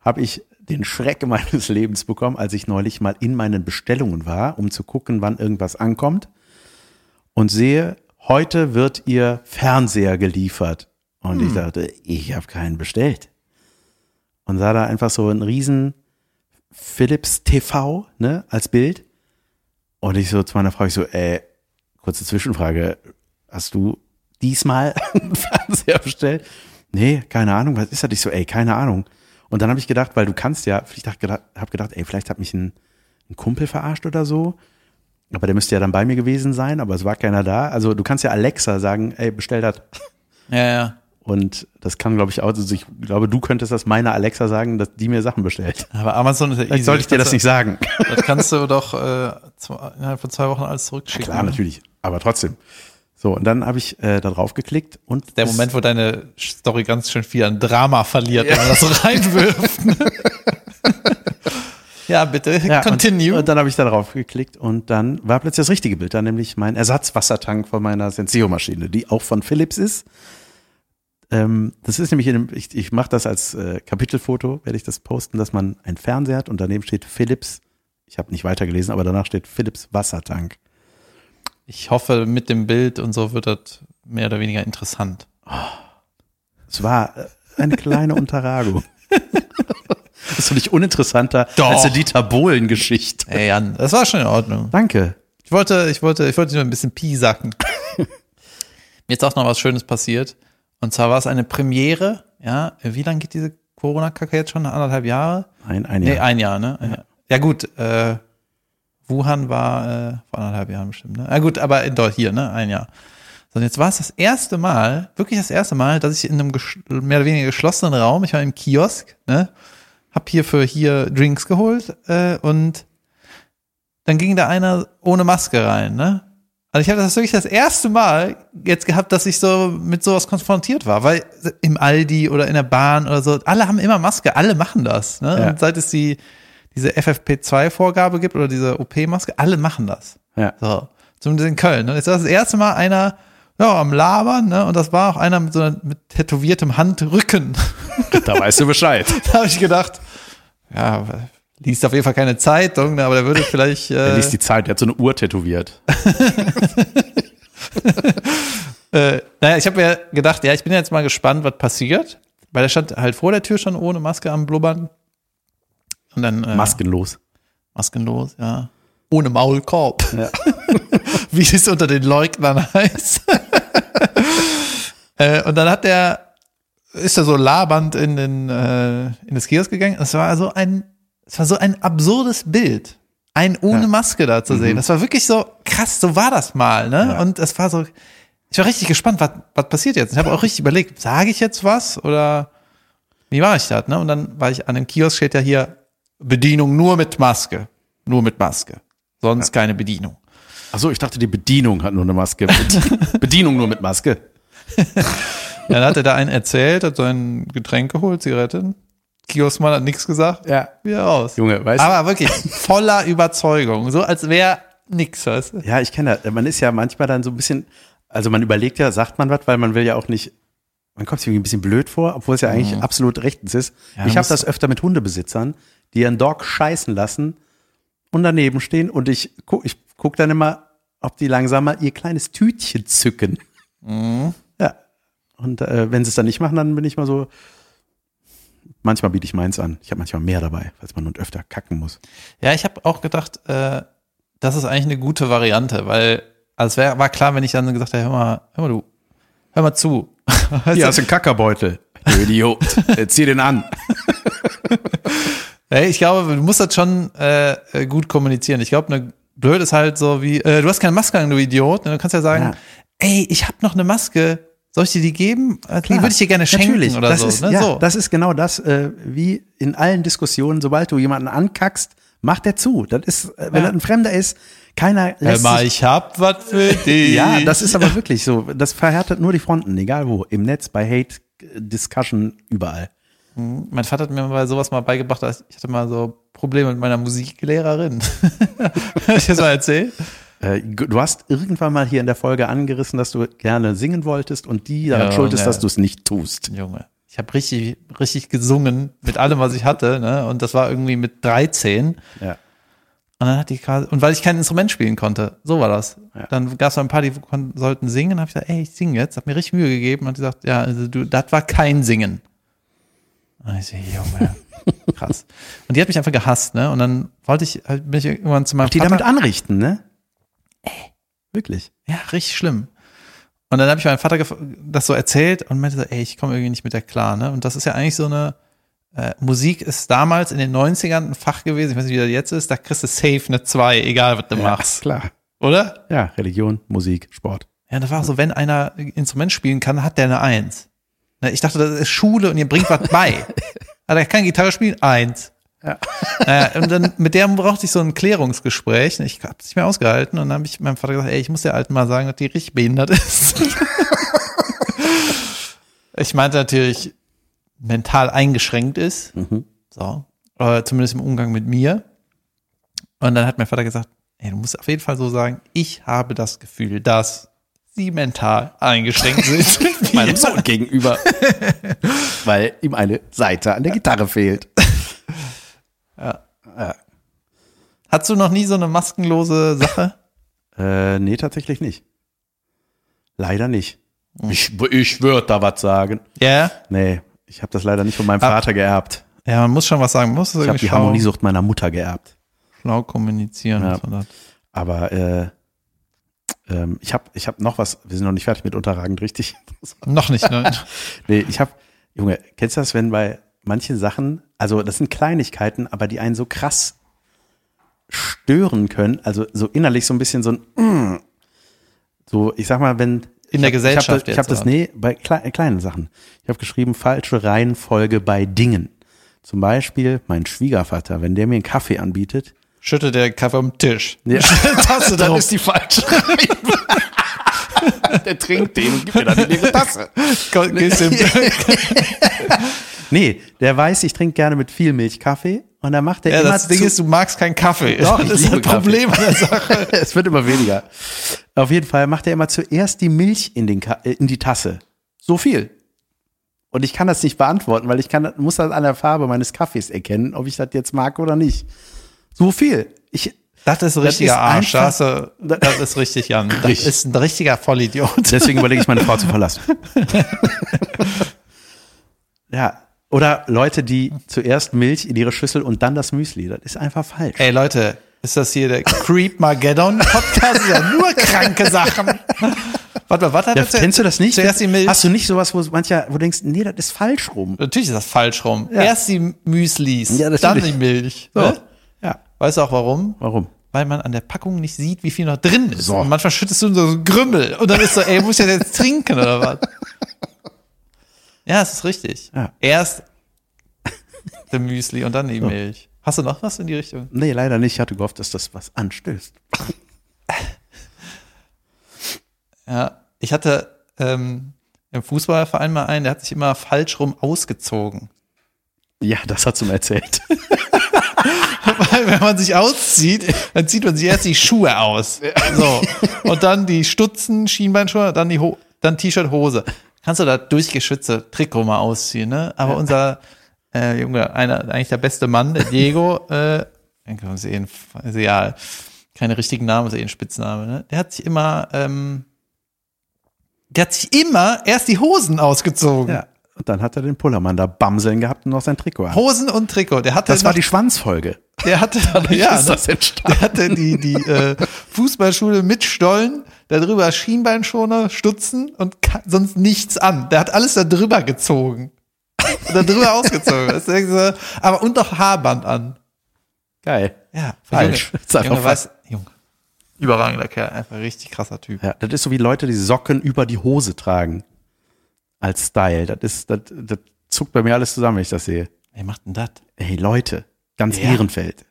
Speaker 2: habe ich den Schreck meines Lebens bekommen, als ich neulich mal in meinen Bestellungen war, um zu gucken, wann irgendwas ankommt. Und sehe, heute wird ihr Fernseher geliefert. Und ich dachte, ich habe keinen bestellt. Und sah da einfach so einen riesen Philips TV, ne, als Bild. Und ich so zu meiner Frau, ich so, ey, kurze Zwischenfrage, hast du diesmal einen Fernseher bestellt? Nee, keine Ahnung, was ist das? Ich so, ey, keine Ahnung. Und dann habe ich gedacht, weil du kannst ja, ich habe gedacht, ey, vielleicht hat mich ein, ein Kumpel verarscht oder so. Aber der müsste ja dann bei mir gewesen sein, aber es war keiner da. Also du kannst ja Alexa sagen, ey, bestell das.
Speaker 1: Ja, ja.
Speaker 2: Und das kann, glaube ich, auch, also ich glaube, du könntest das meiner Alexa sagen, dass die mir Sachen bestellt.
Speaker 1: Aber Amazon ist ja easy.
Speaker 2: Vielleicht sollte ich dir das nicht sagen.
Speaker 1: sagen. Das kannst du doch äh, zwei, innerhalb von zwei Wochen alles zurückschicken.
Speaker 2: Klar, natürlich. Aber trotzdem. So, und dann habe ich äh, da drauf geklickt und
Speaker 1: Der
Speaker 2: es-
Speaker 1: Moment, wo deine Story ganz schön viel an Drama verliert, wenn man das so reinwirft. ne? ja, bitte,
Speaker 2: Ja,
Speaker 1: continue.
Speaker 2: Und, und dann habe ich da drauf geklickt und dann war plötzlich das richtige Bild da, nämlich mein Ersatzwassertank von meiner Senseo-Maschine, die auch von Philips ist. Ähm, das ist nämlich, in dem, ich, ich mache das als äh, Kapitelfoto, werde ich das posten, dass man einen Fernseher hat und daneben steht Philips, ich habe nicht weitergelesen, aber danach steht Philips Wassertank.
Speaker 1: ich hoffe, mit dem Bild und so wird das mehr oder weniger interessant.
Speaker 2: Es war äh, eine kleine Unterragung. das ist doch nicht uninteressanter als die Dieter Bohlen-Geschichte.
Speaker 1: Ey, Jan, das war schon in Ordnung.
Speaker 2: Danke.
Speaker 1: Ich wollte, ich wollte, ich wollte nur ein bisschen piesacken. Mir ist auch noch was Schönes passiert. Und zwar war es eine Premiere. Ja, wie lange geht diese Corona-Kacke jetzt schon? Anderthalb Jahre?
Speaker 2: Ein, ein
Speaker 1: Nee,
Speaker 2: Jahr.
Speaker 1: ein Jahr, ne? Ein Jahr. Ja, gut, äh, Wuhan war äh, vor anderthalb Jahren bestimmt, ne? Ja, gut, aber in, dort hier, ne? Ein Jahr. So, und jetzt war es das erste Mal, wirklich das erste Mal, dass ich in einem gesch- mehr oder weniger geschlossenen Raum, ich war im Kiosk, ne? Hab hierfür hier Drinks geholt äh, und dann ging da einer ohne Maske rein, ne? Also ich habe das wirklich das erste Mal jetzt gehabt, dass ich so mit sowas konfrontiert war, weil im Aldi oder in der Bahn oder so, alle haben immer Maske, alle machen das. Ne?
Speaker 2: Ja.
Speaker 1: Und seit es die diese FFP2-Vorgabe gibt oder diese OP-Maske, alle machen das.
Speaker 2: Ja.
Speaker 1: So, zumindest in Köln. Und jetzt war das erste Mal einer ja, am Labern, ne? Und das war auch einer mit so einer, mit tätowiertem Handrücken.
Speaker 2: Da weißt du Bescheid.
Speaker 1: da habe ich gedacht, ja, liest auf jeden Fall keine Zeitung, ne? aber der würde vielleicht. Äh,
Speaker 2: Er liest die Zeit, der hat so eine Uhr tätowiert.
Speaker 1: äh, naja, ich habe mir gedacht, ja, ich bin jetzt mal gespannt, was passiert, weil er stand halt vor der Tür schon ohne Maske am Blubbern. Und dann äh,
Speaker 2: Maskenlos.
Speaker 1: maskenlos, ja. Ohne Maulkorb.
Speaker 2: Ja.
Speaker 1: Wie es unter den Leugnern heißt. äh, und dann hat der, ist er so labernd in den, äh, in das Kiosk gegangen. Es war so ein, es war so ein absurdes Bild. Ein ohne Maske da zu sehen. Das war wirklich so krass, so war das mal, ne? Und es war so, ich war richtig gespannt, was, was passiert jetzt. Ich habe auch richtig überlegt, sage ich jetzt was oder wie mache ich das? Ne? Und dann war ich an dem Kiosk, steht ja hier Bedienung nur mit Maske. Nur mit Maske. Sonst keine Bedienung.
Speaker 2: Achso, ich dachte, die Bedienung hat nur eine Maske. Bedienung nur mit Maske.
Speaker 1: Dann hat er da einen erzählt, hat sein Getränk geholt, Zigaretten. Kioskmann hat nichts gesagt.
Speaker 2: Ja.
Speaker 1: Wieder raus.
Speaker 2: Junge, weißt du?
Speaker 1: Aber wirklich voller Überzeugung. So als wäre nix, weißt du?
Speaker 2: Ja, ich kenne das. Man ist ja manchmal dann so ein bisschen, also man überlegt ja, sagt man was, weil man will ja auch nicht, man kommt sich irgendwie ein bisschen blöd vor, obwohl es ja eigentlich absolut rechtens ist. ich
Speaker 1: man
Speaker 2: habe
Speaker 1: muss-
Speaker 2: das öfter mit Hundebesitzern, die ihren Dog scheißen lassen und daneben stehen und ich guck, ich guck dann immer, ob die langsam mal ihr kleines Tütchen zücken. Ja. Und äh, wenn sie es dann nicht machen, dann bin ich mal so, manchmal biete ich meins an. Ich habe manchmal mehr dabei, falls man und öfter kacken muss.
Speaker 1: Ja, ich habe auch gedacht, äh, das ist eigentlich eine gute Variante, weil also es wär, war klar, wenn ich dann gesagt hätte, hör mal, hör mal du, hör mal zu. Weißt du?
Speaker 2: ist ein Kackerbeutel. Du Idiot. Äh, Zieh den an.
Speaker 1: Hey, ich glaube, du musst das schon äh, äh, gut kommunizieren. Ich glaube, ne, blöd ist halt so wie, äh, du hast keine Maske an, du Idiot. Ne, Du kannst ja sagen,
Speaker 2: Ja.
Speaker 1: ey, ich habe noch eine Maske. Soll ich dir die geben? Äh, Die
Speaker 2: Klar.
Speaker 1: würde ich dir gerne schenken
Speaker 2: Natürlich,
Speaker 1: oder
Speaker 2: das
Speaker 1: so.
Speaker 2: Ist,
Speaker 1: ne?
Speaker 2: ja,
Speaker 1: so.
Speaker 2: Das ist genau das, äh, wie in allen Diskussionen, sobald du jemanden ankackst, macht der zu. Das ist, äh, wenn
Speaker 1: Ja.
Speaker 2: das ein Fremder ist, keiner lässt
Speaker 1: Emma,
Speaker 2: sich,
Speaker 1: ich hab was für dich.
Speaker 2: Ja, das ist aber wirklich so. Das verhärtet nur die Fronten, egal wo. Im Netz, bei Hate, äh, Discussion, überall.
Speaker 1: Mein Vater hat mir mal sowas mal beigebracht, als ich hatte mal so Probleme mit meiner Musiklehrerin. Hab ich das mal erzählt?
Speaker 2: Äh, Du hast irgendwann mal hier in der Folge angerissen, dass du gerne singen wolltest und die daran
Speaker 1: Ja,
Speaker 2: schuld ist,
Speaker 1: ja.
Speaker 2: dass du es nicht tust.
Speaker 1: Junge. Ich habe richtig, richtig gesungen mit allem, was ich hatte. Ne? Und das war irgendwie mit 13.
Speaker 2: Ja.
Speaker 1: Und dann hat die quasi, und weil ich kein Instrument spielen konnte, so war das. Dann gab es ein paar, die kon- sollten singen, habe ich gesagt, ey, ich singe jetzt, hab mir richtig Mühe gegeben und hat gesagt, ja, also du, das war kein Singen. Und ich so, Junge, krass. Und die hat mich einfach gehasst, ne? Und dann wollte ich, halt, bin ich irgendwann zu meinem
Speaker 2: Die
Speaker 1: Vater.
Speaker 2: damit anrichten, ne?
Speaker 1: Äh.
Speaker 2: Wirklich.
Speaker 1: Ja, richtig schlimm. Und dann habe ich meinem Vater gef- das so erzählt und meinte so, ey, ich komme irgendwie nicht mit der klar, ne? Und das ist ja eigentlich so eine äh, Musik ist damals in den 90ern ein Fach gewesen, ich weiß nicht, wie das jetzt ist, da kriegst du safe eine 2, egal was du machst,
Speaker 2: Klar.
Speaker 1: oder?
Speaker 2: Ja, Religion, Musik, Sport.
Speaker 1: Ja, das war auch so, wenn einer Instrument spielen kann, hat der eine 1. Ne, Ich dachte, das ist Schule und ihr bringt was bei. Aber er kann Gitarre spielen? Eins. Ja. und dann mit der brauchte ich so ein Klärungsgespräch. Ne, Ich habe es nicht mehr ausgehalten und dann habe ich meinem Vater gesagt, ey, ich muss der Alten mal sagen, dass die richtig behindert ist. ich meinte natürlich, mental eingeschränkt ist. So. Äh, zumindest im Umgang mit mir. Und dann hat mein Vater gesagt, ey, du musst auf jeden Fall so sagen, ich habe das Gefühl, dass sie mental eingeschränkt sind.
Speaker 2: meinem Sohn gegenüber, weil ihm eine Seite an der Gitarre fehlt.
Speaker 1: Hattest du noch nie so eine maskenlose Sache?
Speaker 2: Äh, nee, tatsächlich nicht. Leider nicht. Hm. Ich, ich würde da was sagen.
Speaker 1: Ja.
Speaker 2: Nee, ich habe das leider nicht von meinem
Speaker 1: Ab-
Speaker 2: Vater geerbt.
Speaker 1: Ja, man muss schon was sagen. Man Muss
Speaker 2: Ich habe die Harmoniesucht meiner Mutter geerbt.
Speaker 1: schlau kommunizieren.
Speaker 2: Ja.
Speaker 1: muss man das.
Speaker 2: Aber äh, ähm, ich habe ich hab noch was, wir sind noch nicht fertig mit Unterragend, richtig?
Speaker 1: Noch nicht, ne?
Speaker 2: nee, ich habe, Junge, kennst du das, wenn bei manchen Sachen, also das sind Kleinigkeiten, aber die einen so krass stören können, also so innerlich so ein bisschen so ein, mm, so ich sag mal, wenn
Speaker 1: In der
Speaker 2: ich habe
Speaker 1: Gesellschaft
Speaker 2: das, ich hab
Speaker 1: jetzt,
Speaker 2: das
Speaker 1: oder?
Speaker 2: nee, bei kle äh, kleinen Sachen. Ich habe geschrieben, falsche Reihenfolge bei Dingen. Zum Beispiel mein Schwiegervater, wenn der mir einen Kaffee anbietet,
Speaker 1: Schüttet der Kaffee am Tisch.
Speaker 2: ja.
Speaker 3: Tasse, dann ist die falsche. Der trinkt den und gibt mir dann die leere Tasse.
Speaker 1: Komm, gehst du im-
Speaker 2: Nee, der weiß, ich trinke gerne mit viel Milch Kaffee und dann macht er
Speaker 1: ja,
Speaker 2: immer
Speaker 1: das Ding
Speaker 2: zu-
Speaker 1: ist, du magst keinen Kaffee.
Speaker 2: Doch, ich
Speaker 1: das ist
Speaker 2: liebe
Speaker 1: ein Problem an der Sache.
Speaker 2: es wird immer weniger. Auf jeden Fall macht er immer zuerst die Milch in, den Ka äh, in die Tasse. So viel. Und ich kann das nicht beantworten, weil ich kann, muss das an der Farbe meines Kaffees erkennen, ob ich das jetzt mag oder nicht. So viel. Ich,
Speaker 1: Das ist ein
Speaker 2: richtiger
Speaker 1: richtiger Arsch.
Speaker 2: Arsch,
Speaker 1: Das, ist richtig, Jan. Das ist ein richtiger Vollidiot.
Speaker 2: Deswegen überlege ich, meine Frau zu verlassen. ja. Oder Leute, die zuerst Milch in ihre Schüssel und dann das Müsli. Das ist einfach falsch.
Speaker 1: Ey, Leute, ist das hier der Creep Mageddon Podcast? ja, nur kranke Sachen. Warte mal, was hat
Speaker 2: Ja,
Speaker 1: er zu-
Speaker 2: kennst du das nicht?
Speaker 1: Zuerst die Milch.
Speaker 2: Hast du nicht sowas, wo mancher, wo du denkst, nee, das ist falsch rum?
Speaker 1: Natürlich ist das falsch rum. Erst die Müslis,
Speaker 2: Ja, natürlich.
Speaker 1: dann die Milch. Ne?
Speaker 2: Ja.
Speaker 1: Weißt du auch warum?
Speaker 2: Warum?
Speaker 1: weil man an der Packung nicht sieht, wie viel noch drin ist. Und manchmal schüttest du so einen Grümmel und dann ist so, ey, muss ich das jetzt trinken oder was? Ja, es ist richtig.
Speaker 2: Ja.
Speaker 1: Erst der Müsli und dann die Milch. Hast du noch was in die Richtung?
Speaker 2: Nee, leider nicht. Ich hatte gehofft, dass das was anstößt.
Speaker 1: Ja, ich hatte ähm, im Fußballverein mal einen, der hat sich immer falsch rum ausgezogen.
Speaker 2: Ja, das hat mir erzählt.
Speaker 1: Weil wenn man sich auszieht, dann zieht man sich erst die Schuhe aus. So. Und dann die Stutzen, Schienbeinschuhe, dann die Ho dann T-Shirt, Hose. Kannst du da durchgeschützte Trikot mal ausziehen, ne? Aber unser äh, Junge, einer, eigentlich der beste Mann, der Diego, äh, dann können wir sehen, ist egal. Keine richtigen Namen, ist eh ein Spitzname, ne? Der hat sich immer, ähm, der hat sich immer erst die Hosen ausgezogen.
Speaker 2: Ja. Und dann hat er den Pullermann da bamseln gehabt und noch sein Trikot an.
Speaker 1: Hosen und Trikot. Der hatte
Speaker 2: Das war
Speaker 1: noch-
Speaker 2: die Schwanzfolge.
Speaker 1: der hatte, ja, ne?
Speaker 2: entstanden.
Speaker 1: Der hatte die, die äh, Fußballschule mit Stollen, darüber Schienbeinschoner, Stutzen und ka- sonst nichts an. Der hat alles da drüber gezogen. Da drüber ausgezogen. Das ist so, aber und noch Haarband an.
Speaker 2: Geil.
Speaker 1: Ja,
Speaker 2: Falsch.
Speaker 1: Junge,
Speaker 2: Ist einfach
Speaker 1: Junge, weiß, Junge. Überragender Kerl, einfach richtig krasser Typ.
Speaker 2: Ja, das ist so wie Leute, die Socken über die Hose tragen. Als Style. Das ist, das, das zuckt bei mir alles zusammen, wenn ich das sehe.
Speaker 1: Wer macht denn das?
Speaker 2: Ey, Leute. Ganz
Speaker 1: Ja.
Speaker 2: Ehrenfeld.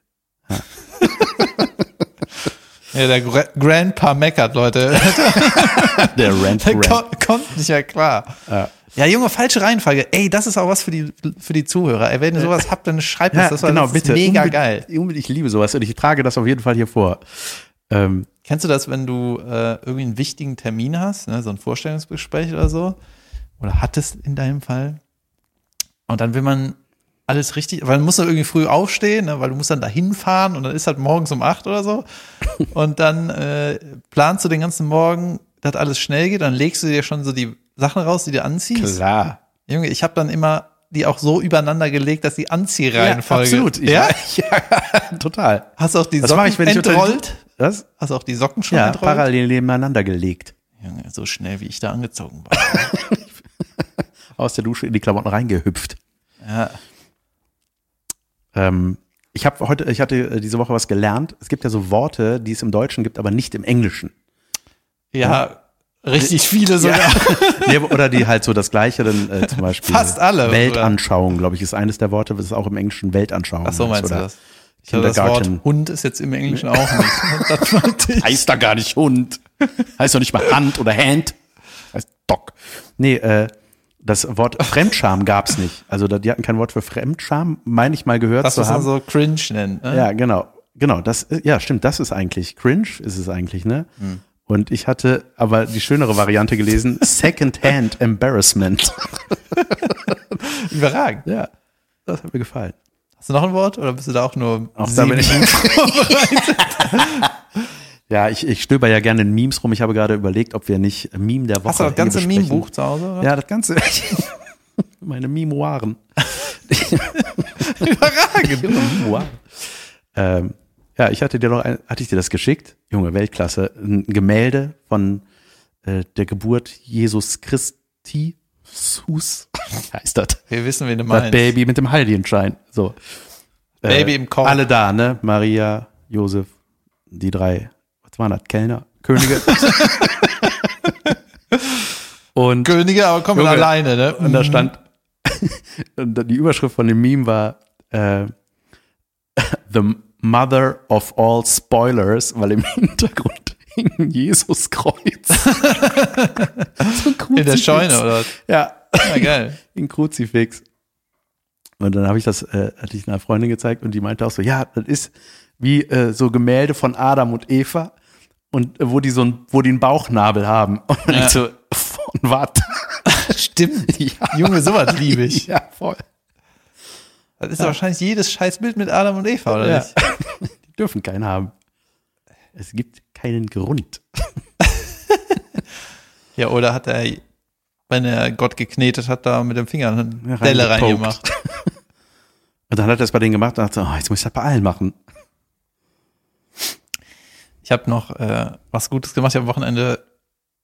Speaker 1: Ja, der Gra Grandpa meckert, Leute.
Speaker 2: Der Rant
Speaker 1: Der ko kommt nicht mehr klar. Ja. Junge, falsche Reihenfolge. Ey, das ist auch was für die, für die Zuhörer. Ey, wenn ihr sowas habt, dann schreibt uns
Speaker 2: Ja,
Speaker 1: das. weil
Speaker 2: genau,
Speaker 1: das
Speaker 2: bitte.
Speaker 1: Ist mega
Speaker 2: Unbe-
Speaker 1: geil.
Speaker 2: unbedingt, Ich liebe sowas und ich trage das auf jeden Fall hier vor. Ähm,
Speaker 1: Kennst du das, wenn du äh, irgendwie einen wichtigen Termin hast, ne, so ein Vorstellungsgespräch oder so, oder hattest in deinem Fall, und dann will man alles richtig, weil man muss dann irgendwie früh aufstehen, ne, weil du musst dann dahin fahren und dann ist halt morgens um acht oder so, und dann äh, planst du den ganzen Morgen, dass alles schnell geht, dann legst du dir schon so die Sachen raus, die du anziehst.
Speaker 2: klar.
Speaker 1: Junge, ich habe dann immer die auch so übereinander gelegt, dass die Anziehreihenfolge.
Speaker 2: Ja, absolut. Ich,
Speaker 1: Ja?
Speaker 2: ja, total.
Speaker 1: Hast du auch die
Speaker 2: Das
Speaker 1: Socken
Speaker 2: mache ich, wenn ich unter-
Speaker 1: entrollt?
Speaker 2: Was?
Speaker 1: Hast du auch die Socken schon
Speaker 2: Ja,
Speaker 1: entrollt?
Speaker 2: parallel nebeneinander gelegt.
Speaker 1: Junge, so schnell wie ich da angezogen war.
Speaker 2: Aus der Dusche in die Klamotten reingehüpft.
Speaker 1: Ja.
Speaker 2: Ähm, ich habe heute, ich hatte äh, diese Woche was gelernt. Es gibt ja so Worte, die es im Deutschen gibt, aber nicht im Englischen.
Speaker 1: Ja,
Speaker 3: Richtig viele sogar.
Speaker 2: Nee, aber- oder die halt so das Gleiche, dann äh, zum Beispiel.
Speaker 1: Fast alle, oder?
Speaker 2: Weltanschauung, glaube ich, ist eines der Worte, was es auch im Englischen Weltanschauung
Speaker 1: Ach so, meinst
Speaker 2: heißt,
Speaker 1: du
Speaker 2: oder
Speaker 1: das? Ich glaube, das
Speaker 2: Kindergarten.
Speaker 1: Wort Hund ist jetzt im Englischen auch nicht. Das meinte ich.
Speaker 2: Heißt da gar nicht Hund. Heißt doch nicht mal Hand oder Hand. Heißt Doc. Nee, äh, das Wort Fremdscham gab's nicht. Also da- die hatten kein Wort für Fremdscham, meine ich mal gehört
Speaker 1: Das,
Speaker 2: zu
Speaker 1: was man
Speaker 2: haben.
Speaker 1: so cringe nennt. Ne?
Speaker 2: Ja, genau. Genau, das, äh, ja, stimmt, das ist eigentlich cringe, ist es eigentlich, ne?
Speaker 1: Mhm.
Speaker 2: Und ich hatte aber die schönere Variante gelesen, Second-Hand Embarrassment.
Speaker 1: Überragend.
Speaker 2: Ja, das hat mir gefallen.
Speaker 1: Hast du noch ein Wort oder bist du da auch nur
Speaker 2: Auch da bin ich Ja, ich, ich stöber ja gerne in Memes rum. Ich habe gerade überlegt, ob wir nicht Meme der Woche
Speaker 1: Hast du das
Speaker 2: hier
Speaker 1: ganze
Speaker 2: besprechen.
Speaker 1: Meme-Buch zu Hause? Oder?
Speaker 2: Ja, das ganze. Meine Memoiren.
Speaker 1: Überragend.
Speaker 2: Memoiren. Ähm, ja, ich hatte dir noch ein, hatte ich dir das geschickt? Junge, Weltklasse. Ein Gemälde von äh, der Geburt Jesus Christi. Sus heißt das.
Speaker 1: Wir wissen, wen du
Speaker 2: Das
Speaker 1: meinst.
Speaker 2: Baby mit dem Heiligenschein. So. Äh,
Speaker 1: Baby im Korb.
Speaker 2: Alle da, ne? Maria, Josef, die drei, was waren das? Kellner, Könige. und,
Speaker 1: Könige, aber kommen
Speaker 2: Junge.
Speaker 1: alleine, ne?
Speaker 2: und da stand, und die Überschrift von dem Meme war äh, The Mother of All Spoilers, weil im Hintergrund hing ein Jesuskreuz. So ein
Speaker 1: in der
Speaker 2: Kruzifix.
Speaker 1: Scheune, oder? was?
Speaker 2: Ja,
Speaker 1: Ja, geil.
Speaker 2: ein Kruzifix. Und dann habe ich das, äh, hatte ich einer Freundin gezeigt und die meinte auch so, ja, das ist wie äh, so Gemälde von Adam und Eva und äh, wo die so ein, wo die einen Bauchnabel haben. Und ich so, von was?
Speaker 1: Stimmt.
Speaker 2: ja,
Speaker 1: Junge, sowas liebe ich.
Speaker 2: ja, voll.
Speaker 1: Das ist wahrscheinlich jedes Scheißbild mit Adam und Eva, oder
Speaker 2: Ja.
Speaker 1: nicht?
Speaker 2: Die dürfen keinen haben. Es gibt keinen Grund.
Speaker 1: Ja, oder hat er, wenn er Gott geknetet hat, da mit dem Finger eine
Speaker 2: Ja,
Speaker 1: Delle
Speaker 2: reingepokt.
Speaker 1: reingemacht.
Speaker 2: Und dann hat er es bei denen gemacht und dachte, oh, jetzt muss ich das bei allen machen.
Speaker 1: Ich habe noch äh, was Gutes gemacht. Ich habe am Wochenende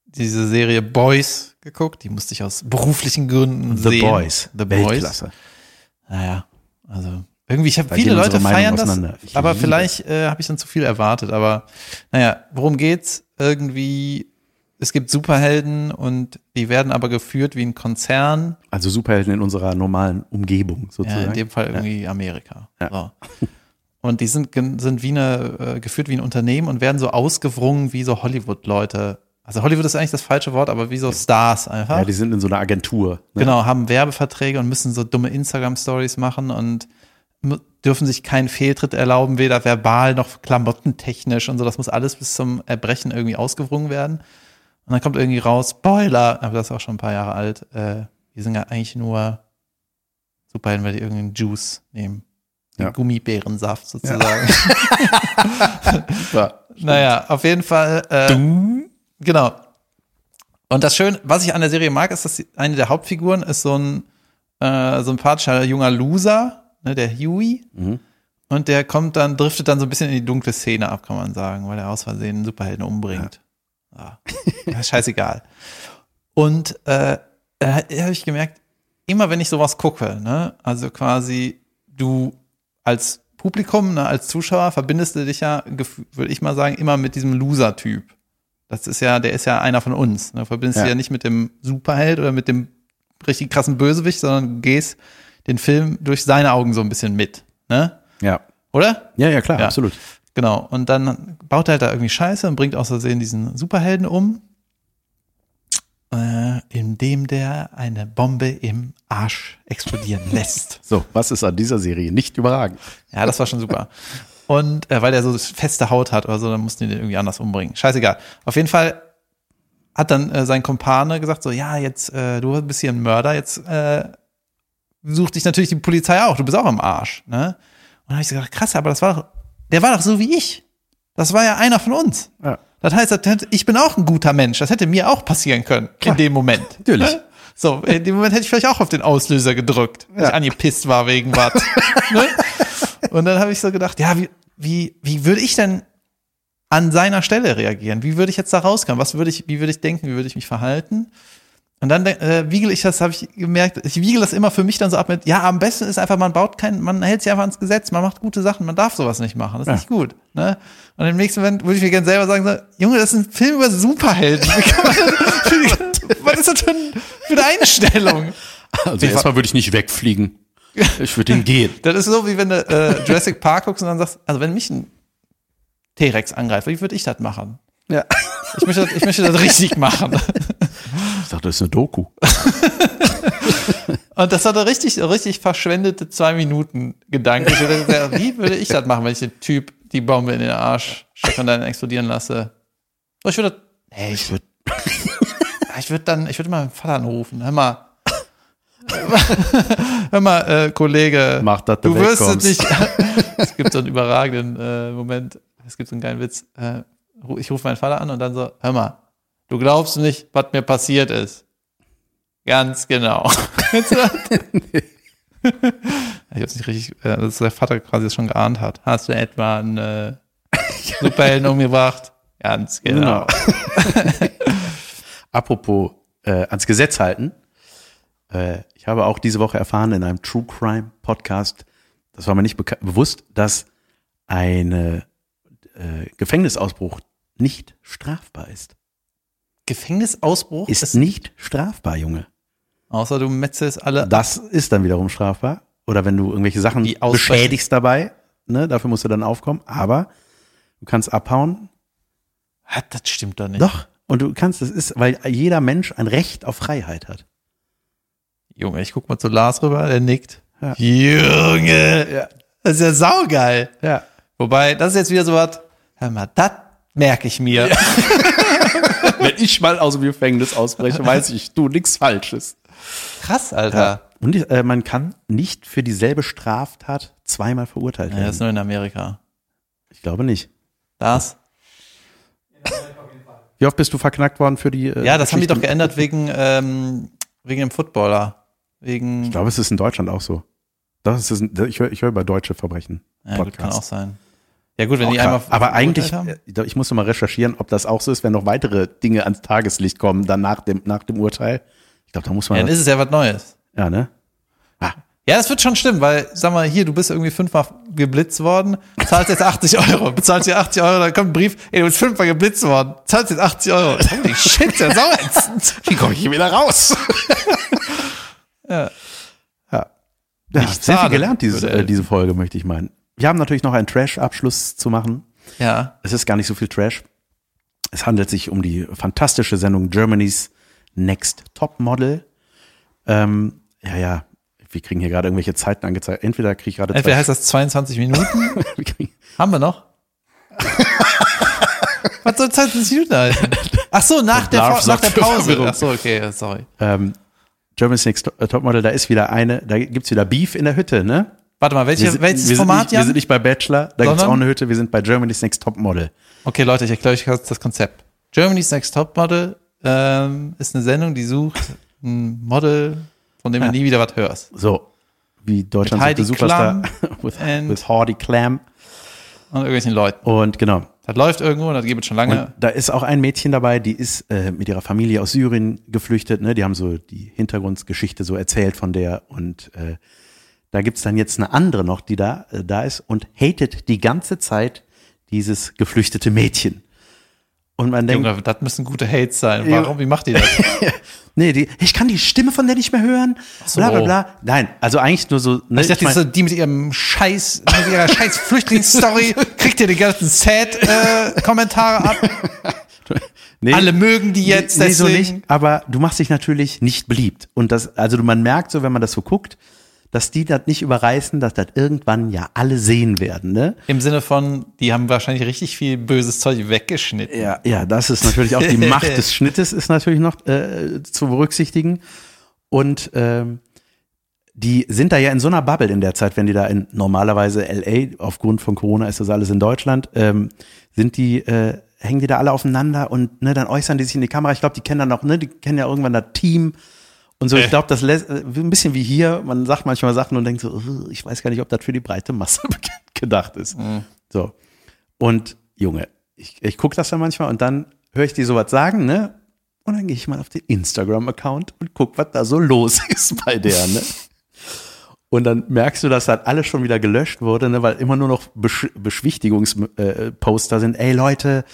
Speaker 1: diese Serie Boys geguckt. Die musste ich aus beruflichen Gründen
Speaker 2: The
Speaker 1: sehen.
Speaker 2: Boys.
Speaker 1: The Boys.
Speaker 2: Weltklasse.
Speaker 1: Naja, also irgendwie, ich habe
Speaker 2: Da
Speaker 1: viele
Speaker 2: gehen
Speaker 1: Leute
Speaker 2: unsere Meinungen
Speaker 1: feiern das,
Speaker 2: auseinander. Ich
Speaker 1: aber
Speaker 2: liebe
Speaker 1: vielleicht äh, habe ich dann zu viel erwartet. Aber naja, worum geht's? Irgendwie, es gibt Superhelden und die werden aber geführt wie ein Konzern.
Speaker 2: Also Superhelden in unserer normalen Umgebung
Speaker 1: Ja,
Speaker 2: sozusagen.
Speaker 1: in dem Fall irgendwie Amerika.
Speaker 2: Ja.
Speaker 1: So. Und die sind, gen- sind wie eine, äh, geführt wie ein Unternehmen und werden so ausgewrungen wie so Hollywood-Leute. Also Hollywood ist eigentlich das falsche Wort, aber wie so Stars einfach.
Speaker 2: ja, die sind in so einer Agentur. Ne?
Speaker 1: Genau, haben Werbeverträge und müssen so dumme Instagram-Stories machen und mu- dürfen sich keinen Fehltritt erlauben, weder verbal noch klamottentechnisch und so. Das muss alles bis zum Erbrechen irgendwie ausgewrungen werden. Und dann kommt irgendwie raus, Spoiler, aber das ist auch schon ein paar Jahre alt. Äh, die sind ja eigentlich nur Superhelden, weil die irgendeinen Juice nehmen.
Speaker 2: Ja.
Speaker 1: Gummibärensaft sozusagen. naja, auf jeden Fall. Äh, Genau. Und das Schöne, was ich an der Serie mag, ist, dass die- eine der Hauptfiguren ist so ein äh, sympathischer junger Loser, ne, der Huey. Und der kommt dann, driftet dann so ein bisschen in die dunkle Szene ab, kann man sagen, weil er aus Versehen einen Superhelden umbringt. Ja. Ja, scheißegal. Und äh, da habe ich gemerkt, immer wenn ich sowas gucke, ne, also quasi du als Publikum, ne, als Zuschauer verbindest du dich ja, würde ich mal sagen, immer mit diesem Loser-Typ. Das ist ja, der ist ja einer von uns. Ne? Verbindest
Speaker 2: Ja.
Speaker 1: du ja nicht mit dem Superheld oder mit dem richtig krassen Bösewicht, sondern du gehst den Film durch seine Augen so ein bisschen mit. Ne?
Speaker 2: Ja.
Speaker 1: Oder?
Speaker 2: Ja, ja, klar,
Speaker 1: Ja.
Speaker 2: absolut.
Speaker 1: Genau, und dann baut er halt da irgendwie Scheiße und bringt aus Versehen diesen Superhelden um, äh, indem der eine Bombe im Arsch explodieren lässt.
Speaker 2: So, was ist an dieser Serie nicht überragend?
Speaker 1: Ja, das war schon super. Und äh, weil der so feste Haut hat oder so, dann mussten die den irgendwie anders umbringen. Scheißegal. Auf jeden Fall hat dann äh, sein Kumpane gesagt so, ja, jetzt, äh, du bist hier ein Mörder, jetzt äh, sucht dich natürlich die Polizei auch, du bist auch am Arsch. Ne? Und dann habe ich so gedacht, krass, aber das war doch, der war doch so wie ich. Das war ja einer von uns.
Speaker 2: Ja.
Speaker 1: Das heißt, das hätte, ich bin auch ein guter Mensch. Das hätte mir auch passieren können in dem Moment.
Speaker 2: natürlich.
Speaker 1: Ne? So, in dem Moment hätte ich vielleicht auch auf den Auslöser gedrückt, wenn ich angepisst war wegen was. ne? Und dann habe ich so gedacht, ja, wie, wie, wie würde ich denn an seiner Stelle reagieren? Wie würde ich jetzt da rauskommen? Was würde ich, wie würde ich denken? Wie würde ich mich verhalten? Und dann äh, wiegel ich das, habe ich gemerkt, ich wiegel das immer für mich dann so ab mit, ja, am besten ist einfach, man baut kein, man hält sich einfach ans Gesetz, man macht gute Sachen, man darf sowas nicht machen, das ist nicht gut. Ne? Und im nächsten Moment würde ich mir gerne selber sagen, so, Junge, das ist ein Film über Superhelden. Wie kann man, was ist das für, ein, für eine Einstellung?
Speaker 4: Also erstmal würde ich nicht wegfliegen. Ich würde hingehen.
Speaker 1: Das ist so, wie wenn du äh, Jurassic Park guckst und dann sagst, also wenn mich ein T-Rex angreift, wie würde ich das machen?
Speaker 2: Ja.
Speaker 1: Ich möchte, das- ich möchte das richtig machen.
Speaker 4: Ich dachte, das ist eine Doku.
Speaker 1: Und das hat er richtig, richtig verschwendete zwei Minuten Gedanken. Ich dachte, ja, Wie würde ich das machen, wenn ich den Typ die Bombe in den Arsch stecke und dann explodieren lasse? So, Ich würde, hey, ich würde, ich würde dann, ich würde mal meinen Vater anrufen. Hör mal, hör mal, äh, Kollege,
Speaker 2: Mach, dass du
Speaker 1: du wirst es
Speaker 2: wegkommst.
Speaker 1: nicht. es gibt so einen überragenden äh, Moment. Es gibt so einen geilen Witz. Äh, ru- ich rufe meinen Vater an und dann so, hör mal, du glaubst nicht, was mir passiert ist. Ganz genau. Kennst du das? Ich hab's nicht richtig, äh, dass der Vater quasi das schon geahnt hat. Hast du etwa einen äh, Superhelden umgebracht? Ganz genau.
Speaker 2: Apropos äh, ans Gesetz halten. Äh, ich habe auch diese Woche erfahren in einem True Crime Podcast, das war mir nicht beka- bewusst, dass ein äh, Gefängnisausbruch nicht strafbar ist.
Speaker 1: Gefängnisausbruch
Speaker 2: Ist nicht strafbar, Junge.
Speaker 1: außer du metzelst alle.
Speaker 2: Das ist dann wiederum strafbar. Oder wenn du irgendwelche Sachen
Speaker 1: Die ausbrechen.
Speaker 2: beschädigst dabei, ne, dafür musst du dann aufkommen. Aber du kannst abhauen.
Speaker 1: Ah, Das stimmt doch nicht.
Speaker 2: Doch. Und du kannst, das ist, weil jeder Mensch ein Recht auf Freiheit hat.
Speaker 1: Junge, ich guck mal zu Lars rüber, der nickt.
Speaker 2: Ja.
Speaker 1: Junge, das ist ja saugeil.
Speaker 2: Ja.
Speaker 1: Wobei, das ist jetzt wieder so was, hör mal, das merke ich mir.
Speaker 3: Wenn ich mal aus dem Gefängnis ausbreche, weiß ich, du, nix Falsches.
Speaker 1: Krass, Alter.
Speaker 2: Und äh, man kann nicht für dieselbe Straftat zweimal verurteilt
Speaker 1: Ja.
Speaker 2: werden.
Speaker 1: das ist nur in Amerika.
Speaker 2: ich glaube nicht.
Speaker 1: Das?
Speaker 2: Wie oft bist du verknackt worden für die? Äh,
Speaker 1: Ja, das haben die doch
Speaker 2: Geschichten?
Speaker 1: geändert wegen, ähm, wegen dem Footballer. Wegen,
Speaker 2: Ich glaube, es ist in Deutschland auch so. Das ist, ich höre ich höre über deutsche Verbrechen.
Speaker 1: ja, gut, kann auch
Speaker 2: Podcast.
Speaker 1: sein. Ja gut, wenn die
Speaker 2: Auch
Speaker 1: einmal
Speaker 2: krass. aber eigentlich,
Speaker 1: verurteilt haben.
Speaker 2: äh, ich musste mal recherchieren, ob das auch so ist, wenn noch weitere Dinge ans Tageslicht kommen, dann nach dem, nach dem Urteil. Ich glaube, da muss
Speaker 1: Ja,
Speaker 2: man.
Speaker 1: dann ist es ja was Neues.
Speaker 2: ja ne?
Speaker 1: Ja, das wird schon stimmen, weil, sag mal, hier, du bist irgendwie fünfmal geblitzt worden, zahlst jetzt 80 Euro, bezahlst dir 80 Euro, dann kommt ein Brief, ey, du bist fünfmal geblitzt worden, zahlst jetzt 80 Euro. Holy shit, der sauer
Speaker 2: Wie komme ich hier wieder raus? ja. ja.
Speaker 1: Nicht
Speaker 2: sehr viel
Speaker 1: schade,
Speaker 2: gelernt, diese,
Speaker 1: würde-
Speaker 2: äh, diese Folge, möchte ich meinen. Wir haben natürlich noch einen Trash-Abschluss zu machen.
Speaker 1: Ja,
Speaker 2: Es ist gar nicht so viel Trash. Es handelt sich um die fantastische Sendung Germany's Next Top Model. Ähm, ja, ja, wir kriegen hier gerade irgendwelche Zeiten angezeigt. Entweder kriege ich gerade
Speaker 1: entweder heißt das 22 Minuten,
Speaker 2: wir kriegen-
Speaker 1: haben wir noch? Was soll 22 Minuten heißen? Ach so, nach der,
Speaker 2: Lars
Speaker 1: Fa- nach der
Speaker 2: sorgt für
Speaker 1: Pause.
Speaker 2: Verwirrung.
Speaker 1: Ach so, okay, sorry.
Speaker 2: ähm, Germany's Next To- äh, Top Model, da ist wieder eine, da gibt's wieder Beef in der Hütte, ne?
Speaker 1: Warte mal, welche,
Speaker 2: Wir sind,
Speaker 1: welches
Speaker 2: wir
Speaker 1: Format,
Speaker 2: sind nicht, Wir
Speaker 1: Jan?
Speaker 2: sind nicht bei Bachelor, da gibt's
Speaker 1: Sondern?
Speaker 2: auch eine Hütte, wir sind bei Germany's Next Top Model.
Speaker 1: Okay, Leute, ich erkläre euch kurz das Konzept. Germany's Next Topmodel ähm, ist eine Sendung, die sucht ein Model, von dem
Speaker 2: Ja.
Speaker 1: du nie wieder was hörst.
Speaker 2: So, wie Deutschland
Speaker 1: Mit
Speaker 2: sucht den
Speaker 1: Heidi
Speaker 2: Superstar with,
Speaker 1: and-
Speaker 2: with Hardy Clam.
Speaker 1: Und irgendwelchen Leuten.
Speaker 2: Und genau,
Speaker 1: Das läuft irgendwo und das gibt es schon
Speaker 2: Und
Speaker 1: lange.
Speaker 2: da ist auch ein Mädchen dabei, die ist äh, mit ihrer Familie aus Syrien geflüchtet. Ne? Die haben so die Hintergrundgeschichte so erzählt von der. Und äh, da gibt's dann jetzt eine andere noch, die da, äh, da ist und hatet die ganze Zeit dieses geflüchtete Mädchen. Und man denkt,
Speaker 1: Junge, das müssen gute Hates sein. Warum, wie macht die das?
Speaker 2: nee, die, ich kann die Stimme von der nicht mehr hören.
Speaker 1: so.
Speaker 2: Bla bla bla. Nein, also eigentlich nur so. Ne,
Speaker 1: Ich dachte,
Speaker 2: ich mein-
Speaker 1: die, ist so die mit ihrem scheiß, mit ihrer scheiß Flüchtlingsstory kriegt ihr die ganzen Sad-Kommentare ab.
Speaker 2: nee.
Speaker 1: Alle mögen die jetzt,
Speaker 2: Nee, nee, so
Speaker 1: deswegen.
Speaker 2: nicht, aber du machst dich natürlich nicht beliebt. Und das, also du- man merkt so, wenn man das so guckt, dass die das nicht überreißen, dass das irgendwann ja alle sehen werden, ne?
Speaker 1: Im Sinne von, die haben wahrscheinlich richtig viel böses Zeug weggeschnitten.
Speaker 2: Ja, ja, das ist natürlich auch die Macht des Schnittes ist natürlich noch äh, zu berücksichtigen. Und ähm, die sind da ja in so einer Bubble in der Zeit, wenn die da in normalerweise LA, aufgrund von Corona ist das alles in Deutschland, ähm, sind die, äh, hängen die da alle aufeinander und ne, dann äußern die sich in die Kamera. Ich glaube, die kennen dann auch, ne, die kennen ja irgendwann das Team. Und so, ich glaube, das lässt, äh, ein bisschen wie hier, man sagt manchmal Sachen und denkt so, "Ugh, ich weiß gar nicht, ob das für die breite Masse gedacht ist. So. Und Junge, ich, ich gucke das dann manchmal und dann höre ich die sowas sagen, ne? Und dann gehe ich mal auf den Instagram-Account und guck, was da so los ist bei der. Ne? Und dann merkst du, dass das alles schon wieder gelöscht wurde, ne? weil immer nur noch Besch Beschwichtigungsposter äh, Poster sind. Ey Leute,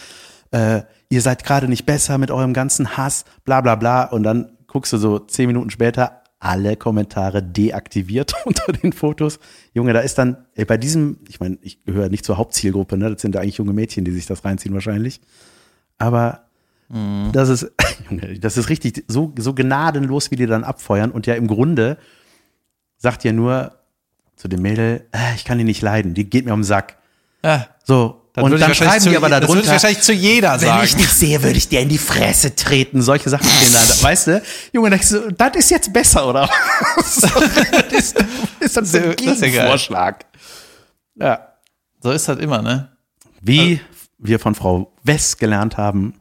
Speaker 2: äh, ihr seid gerade nicht besser mit eurem ganzen Hass, bla bla bla. Und dann guckst du so zehn Minuten später alle Kommentare deaktiviert unter den Fotos. Junge, da ist dann ey, bei diesem, ich meine, ich gehöre nicht zur Hauptzielgruppe, ne? das sind da eigentlich junge Mädchen, die sich das reinziehen wahrscheinlich. Aber
Speaker 1: Mhm.
Speaker 2: das ist, Junge, das ist richtig so, so gnadenlos, wie die dann abfeuern. Und ja, im Grunde sagt ja nur zu dem Mädel, "Ah, ich kann die nicht leiden, die geht mir um den Sack.
Speaker 1: Ja,
Speaker 2: So.
Speaker 1: das
Speaker 2: und
Speaker 1: Ah. würde ich
Speaker 2: dann
Speaker 1: wahrscheinlich
Speaker 2: schreiben die
Speaker 1: zu-
Speaker 2: aber da
Speaker 1: Das würde ich
Speaker 2: drunter,
Speaker 1: wahrscheinlich zu jeder
Speaker 2: wenn
Speaker 1: sagen.
Speaker 2: ich dich sehe, würde ich dir in die Fresse treten. Solche Sachen stehen da. Weißt du? Junge, denkst du, das ist jetzt besser, oder? was? das ist, das ist dann so ein
Speaker 1: Das ist ja geil.
Speaker 2: Gegenvorschlag. Ja.
Speaker 1: so ist das immer, ne?
Speaker 2: Wie wir von Frau Wess gelernt haben.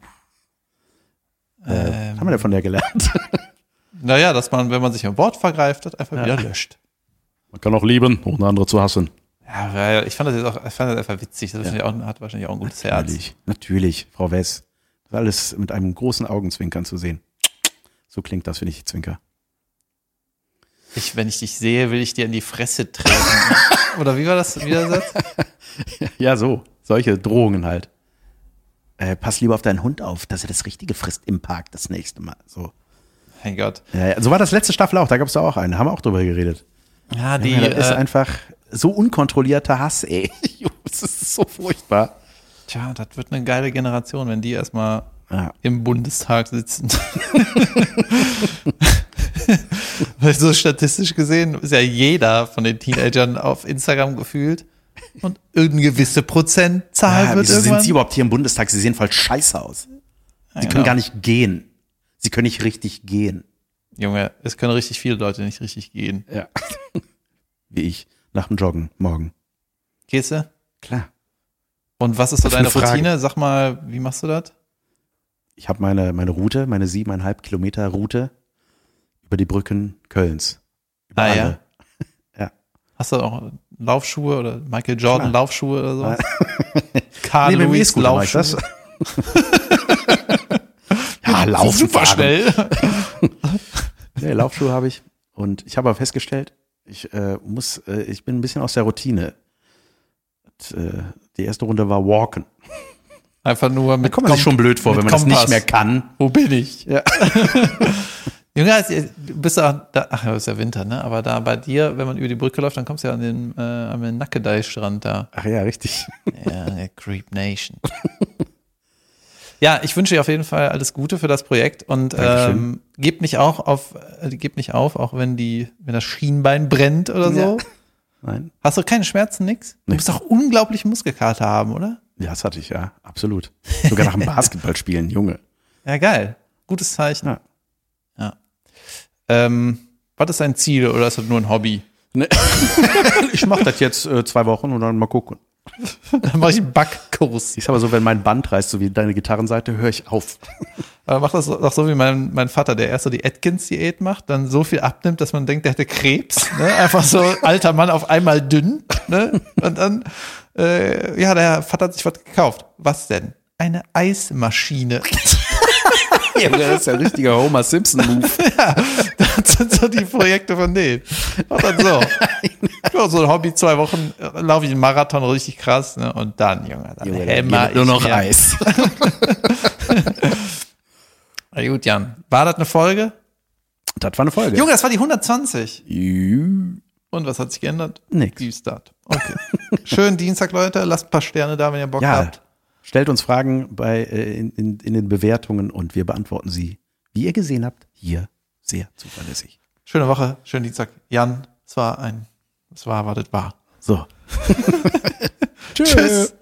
Speaker 2: Äh, haben wir denn von der gelernt?
Speaker 1: Naja, dass man, wenn man sich am Wort vergreift, das einfach wieder löscht.
Speaker 4: Man kann auch lieben, ohne andere zu hassen.
Speaker 1: Ja, weil ich fand das jetzt auch, ich fand das einfach witzig. Das wahrscheinlich auch, hat wahrscheinlich auch ein gutes Herz.
Speaker 2: Natürlich, natürlich, Frau Wess. Das ist alles mit einem großen Augenzwinkern zu sehen. So klingt das, wenn ich zwinker.
Speaker 1: Ich, wenn ich dich sehe, will ich dir in die Fresse treten. Oder wie war das? Wie der Satz?
Speaker 2: Ja, so. Solche Drohungen halt.
Speaker 4: Äh, pass lieber auf deinen Hund auf, dass er das Richtige frisst im Park das nächste Mal. So.
Speaker 1: Mein Gott.
Speaker 2: Ja, ja, so war das letzte Staffel auch. Da gab es auch einen. Haben wir auch drüber geredet.
Speaker 1: Ja, die,
Speaker 2: Die, das ist
Speaker 1: äh,
Speaker 2: einfach so unkontrollierter Hass, ey. Junge, das ist so furchtbar.
Speaker 1: tja, das wird eine geile Generation, wenn die erstmal
Speaker 2: Ja.
Speaker 1: im Bundestag sitzen. Weil so statistisch gesehen ist ja jeder von den Teenagern auf Instagram gefühlt und irgendeine gewisse Prozentzahl
Speaker 2: Ja,
Speaker 1: wird Also
Speaker 2: wieso
Speaker 1: irgendwann.
Speaker 2: sind Sie überhaupt hier im Bundestag? Sie sehen voll scheiße aus. Sie
Speaker 1: Ja,
Speaker 2: können
Speaker 1: genau.
Speaker 2: gar nicht gehen. Sie können nicht richtig gehen.
Speaker 1: Junge, es können richtig viele Leute nicht richtig gehen.
Speaker 2: Ja. Wie ich. Nach dem Joggen morgen.
Speaker 1: Gehst du?
Speaker 2: Klar.
Speaker 1: Und was ist so
Speaker 2: Was für
Speaker 1: deine
Speaker 2: eine Frage.
Speaker 1: Routine? Sag mal, wie machst du das?
Speaker 2: Ich habe meine, meine Route, meine siebeneinhalb Kilometer Route über die Brücken Kölns. Über
Speaker 1: Ah, ja.
Speaker 2: alle.
Speaker 1: Hast du auch Laufschuhe oder Michael Jordan Laufschuhe oder so? Karl
Speaker 2: Nee, mit dem
Speaker 1: Lewis
Speaker 2: E-Scooter mach ich
Speaker 1: Laufschuhe.
Speaker 2: ja, laufen
Speaker 1: Super
Speaker 2: fahren.
Speaker 1: schnell.
Speaker 2: Ah, Nee, Laufschuhe habe ich. Und ich habe aber festgestellt, ich äh, muss, äh, ich bin ein bisschen aus der Routine. Und, äh, die erste Runde war Walken.
Speaker 1: Einfach nur mit
Speaker 2: Kommt man
Speaker 1: Kompass.
Speaker 2: sich schon blöd vor,
Speaker 1: mit
Speaker 2: wenn man das
Speaker 1: Kompass.
Speaker 2: nicht mehr kann.
Speaker 1: Wo bin ich? Ja. Junge, du bist auch da, ach ja, ist ja Winter, ne? Aber da bei dir, wenn man über die Brücke läuft, dann kommst du ja an den, äh, an den Nackedei-Strand da.
Speaker 2: Ach ja, richtig.
Speaker 1: Ja, der Creep Nation. ja, ich wünsche dir auf jeden Fall alles Gute für das Projekt und ähm, gebt nicht auch auf, äh, gebt nicht auf, auch wenn die, wenn das Schienbein brennt oder so.
Speaker 2: Nein.
Speaker 1: Hast du keine Schmerzen, nix? Du musst doch unglaublich Muskelkater haben, oder?
Speaker 2: Ja, das hatte ich, ja, absolut. Sogar nach dem Basketballspielen, Junge.
Speaker 1: Ja, geil. Gutes Zeichen.
Speaker 2: Ja.
Speaker 1: Ja. Ähm, was ist dein Ziel oder ist das nur ein Hobby?
Speaker 2: Ich mache das jetzt äh, zwei Wochen und dann mal gucken.
Speaker 1: Dann mache ich einen Backkurs.
Speaker 2: Ich sag mal so, wenn mein Band reißt, so wie deine Gitarrenseite, höre ich auf.
Speaker 1: Aber macht das doch so wie mein, mein Vater, der erst so die Atkins-Diät macht, dann so viel abnimmt, dass man denkt, der hätte Krebs. Ne? Einfach so alter Mann auf einmal dünn. Ne? Und dann, äh, ja, der Vater hat sich was gekauft. Was denn? Eine Eismaschine.
Speaker 2: das ist ja ein richtiger Homer Simpson-Move.
Speaker 1: Das sind so die Projekte von denen. Und dann so. Ja, so ein Hobby, zwei Wochen äh, laufe ich einen Marathon richtig krass. Ne? Und dann, Junge, dann Junge, hämmer
Speaker 2: Nur
Speaker 1: ich
Speaker 2: noch
Speaker 1: mir.
Speaker 2: Eis.
Speaker 1: Na gut, Jan. War das eine Folge?
Speaker 2: Das war eine Folge.
Speaker 1: Junge, das war die 120.
Speaker 2: Jü.
Speaker 1: Und was hat sich geändert?
Speaker 2: Nix.
Speaker 1: Die Start. Okay. Schönen Dienstag, Leute. Lasst ein paar Sterne da, wenn ihr Bock
Speaker 2: Ja,
Speaker 1: habt.
Speaker 2: stellt uns Fragen bei, äh, in, in, in den Bewertungen und wir beantworten sie, wie ihr gesehen habt, hier sehr zuverlässig.
Speaker 1: Schöne Woche, schönen Dienstag. Jan, es war ein, es war, war, das war.
Speaker 2: So.
Speaker 1: Tschüss.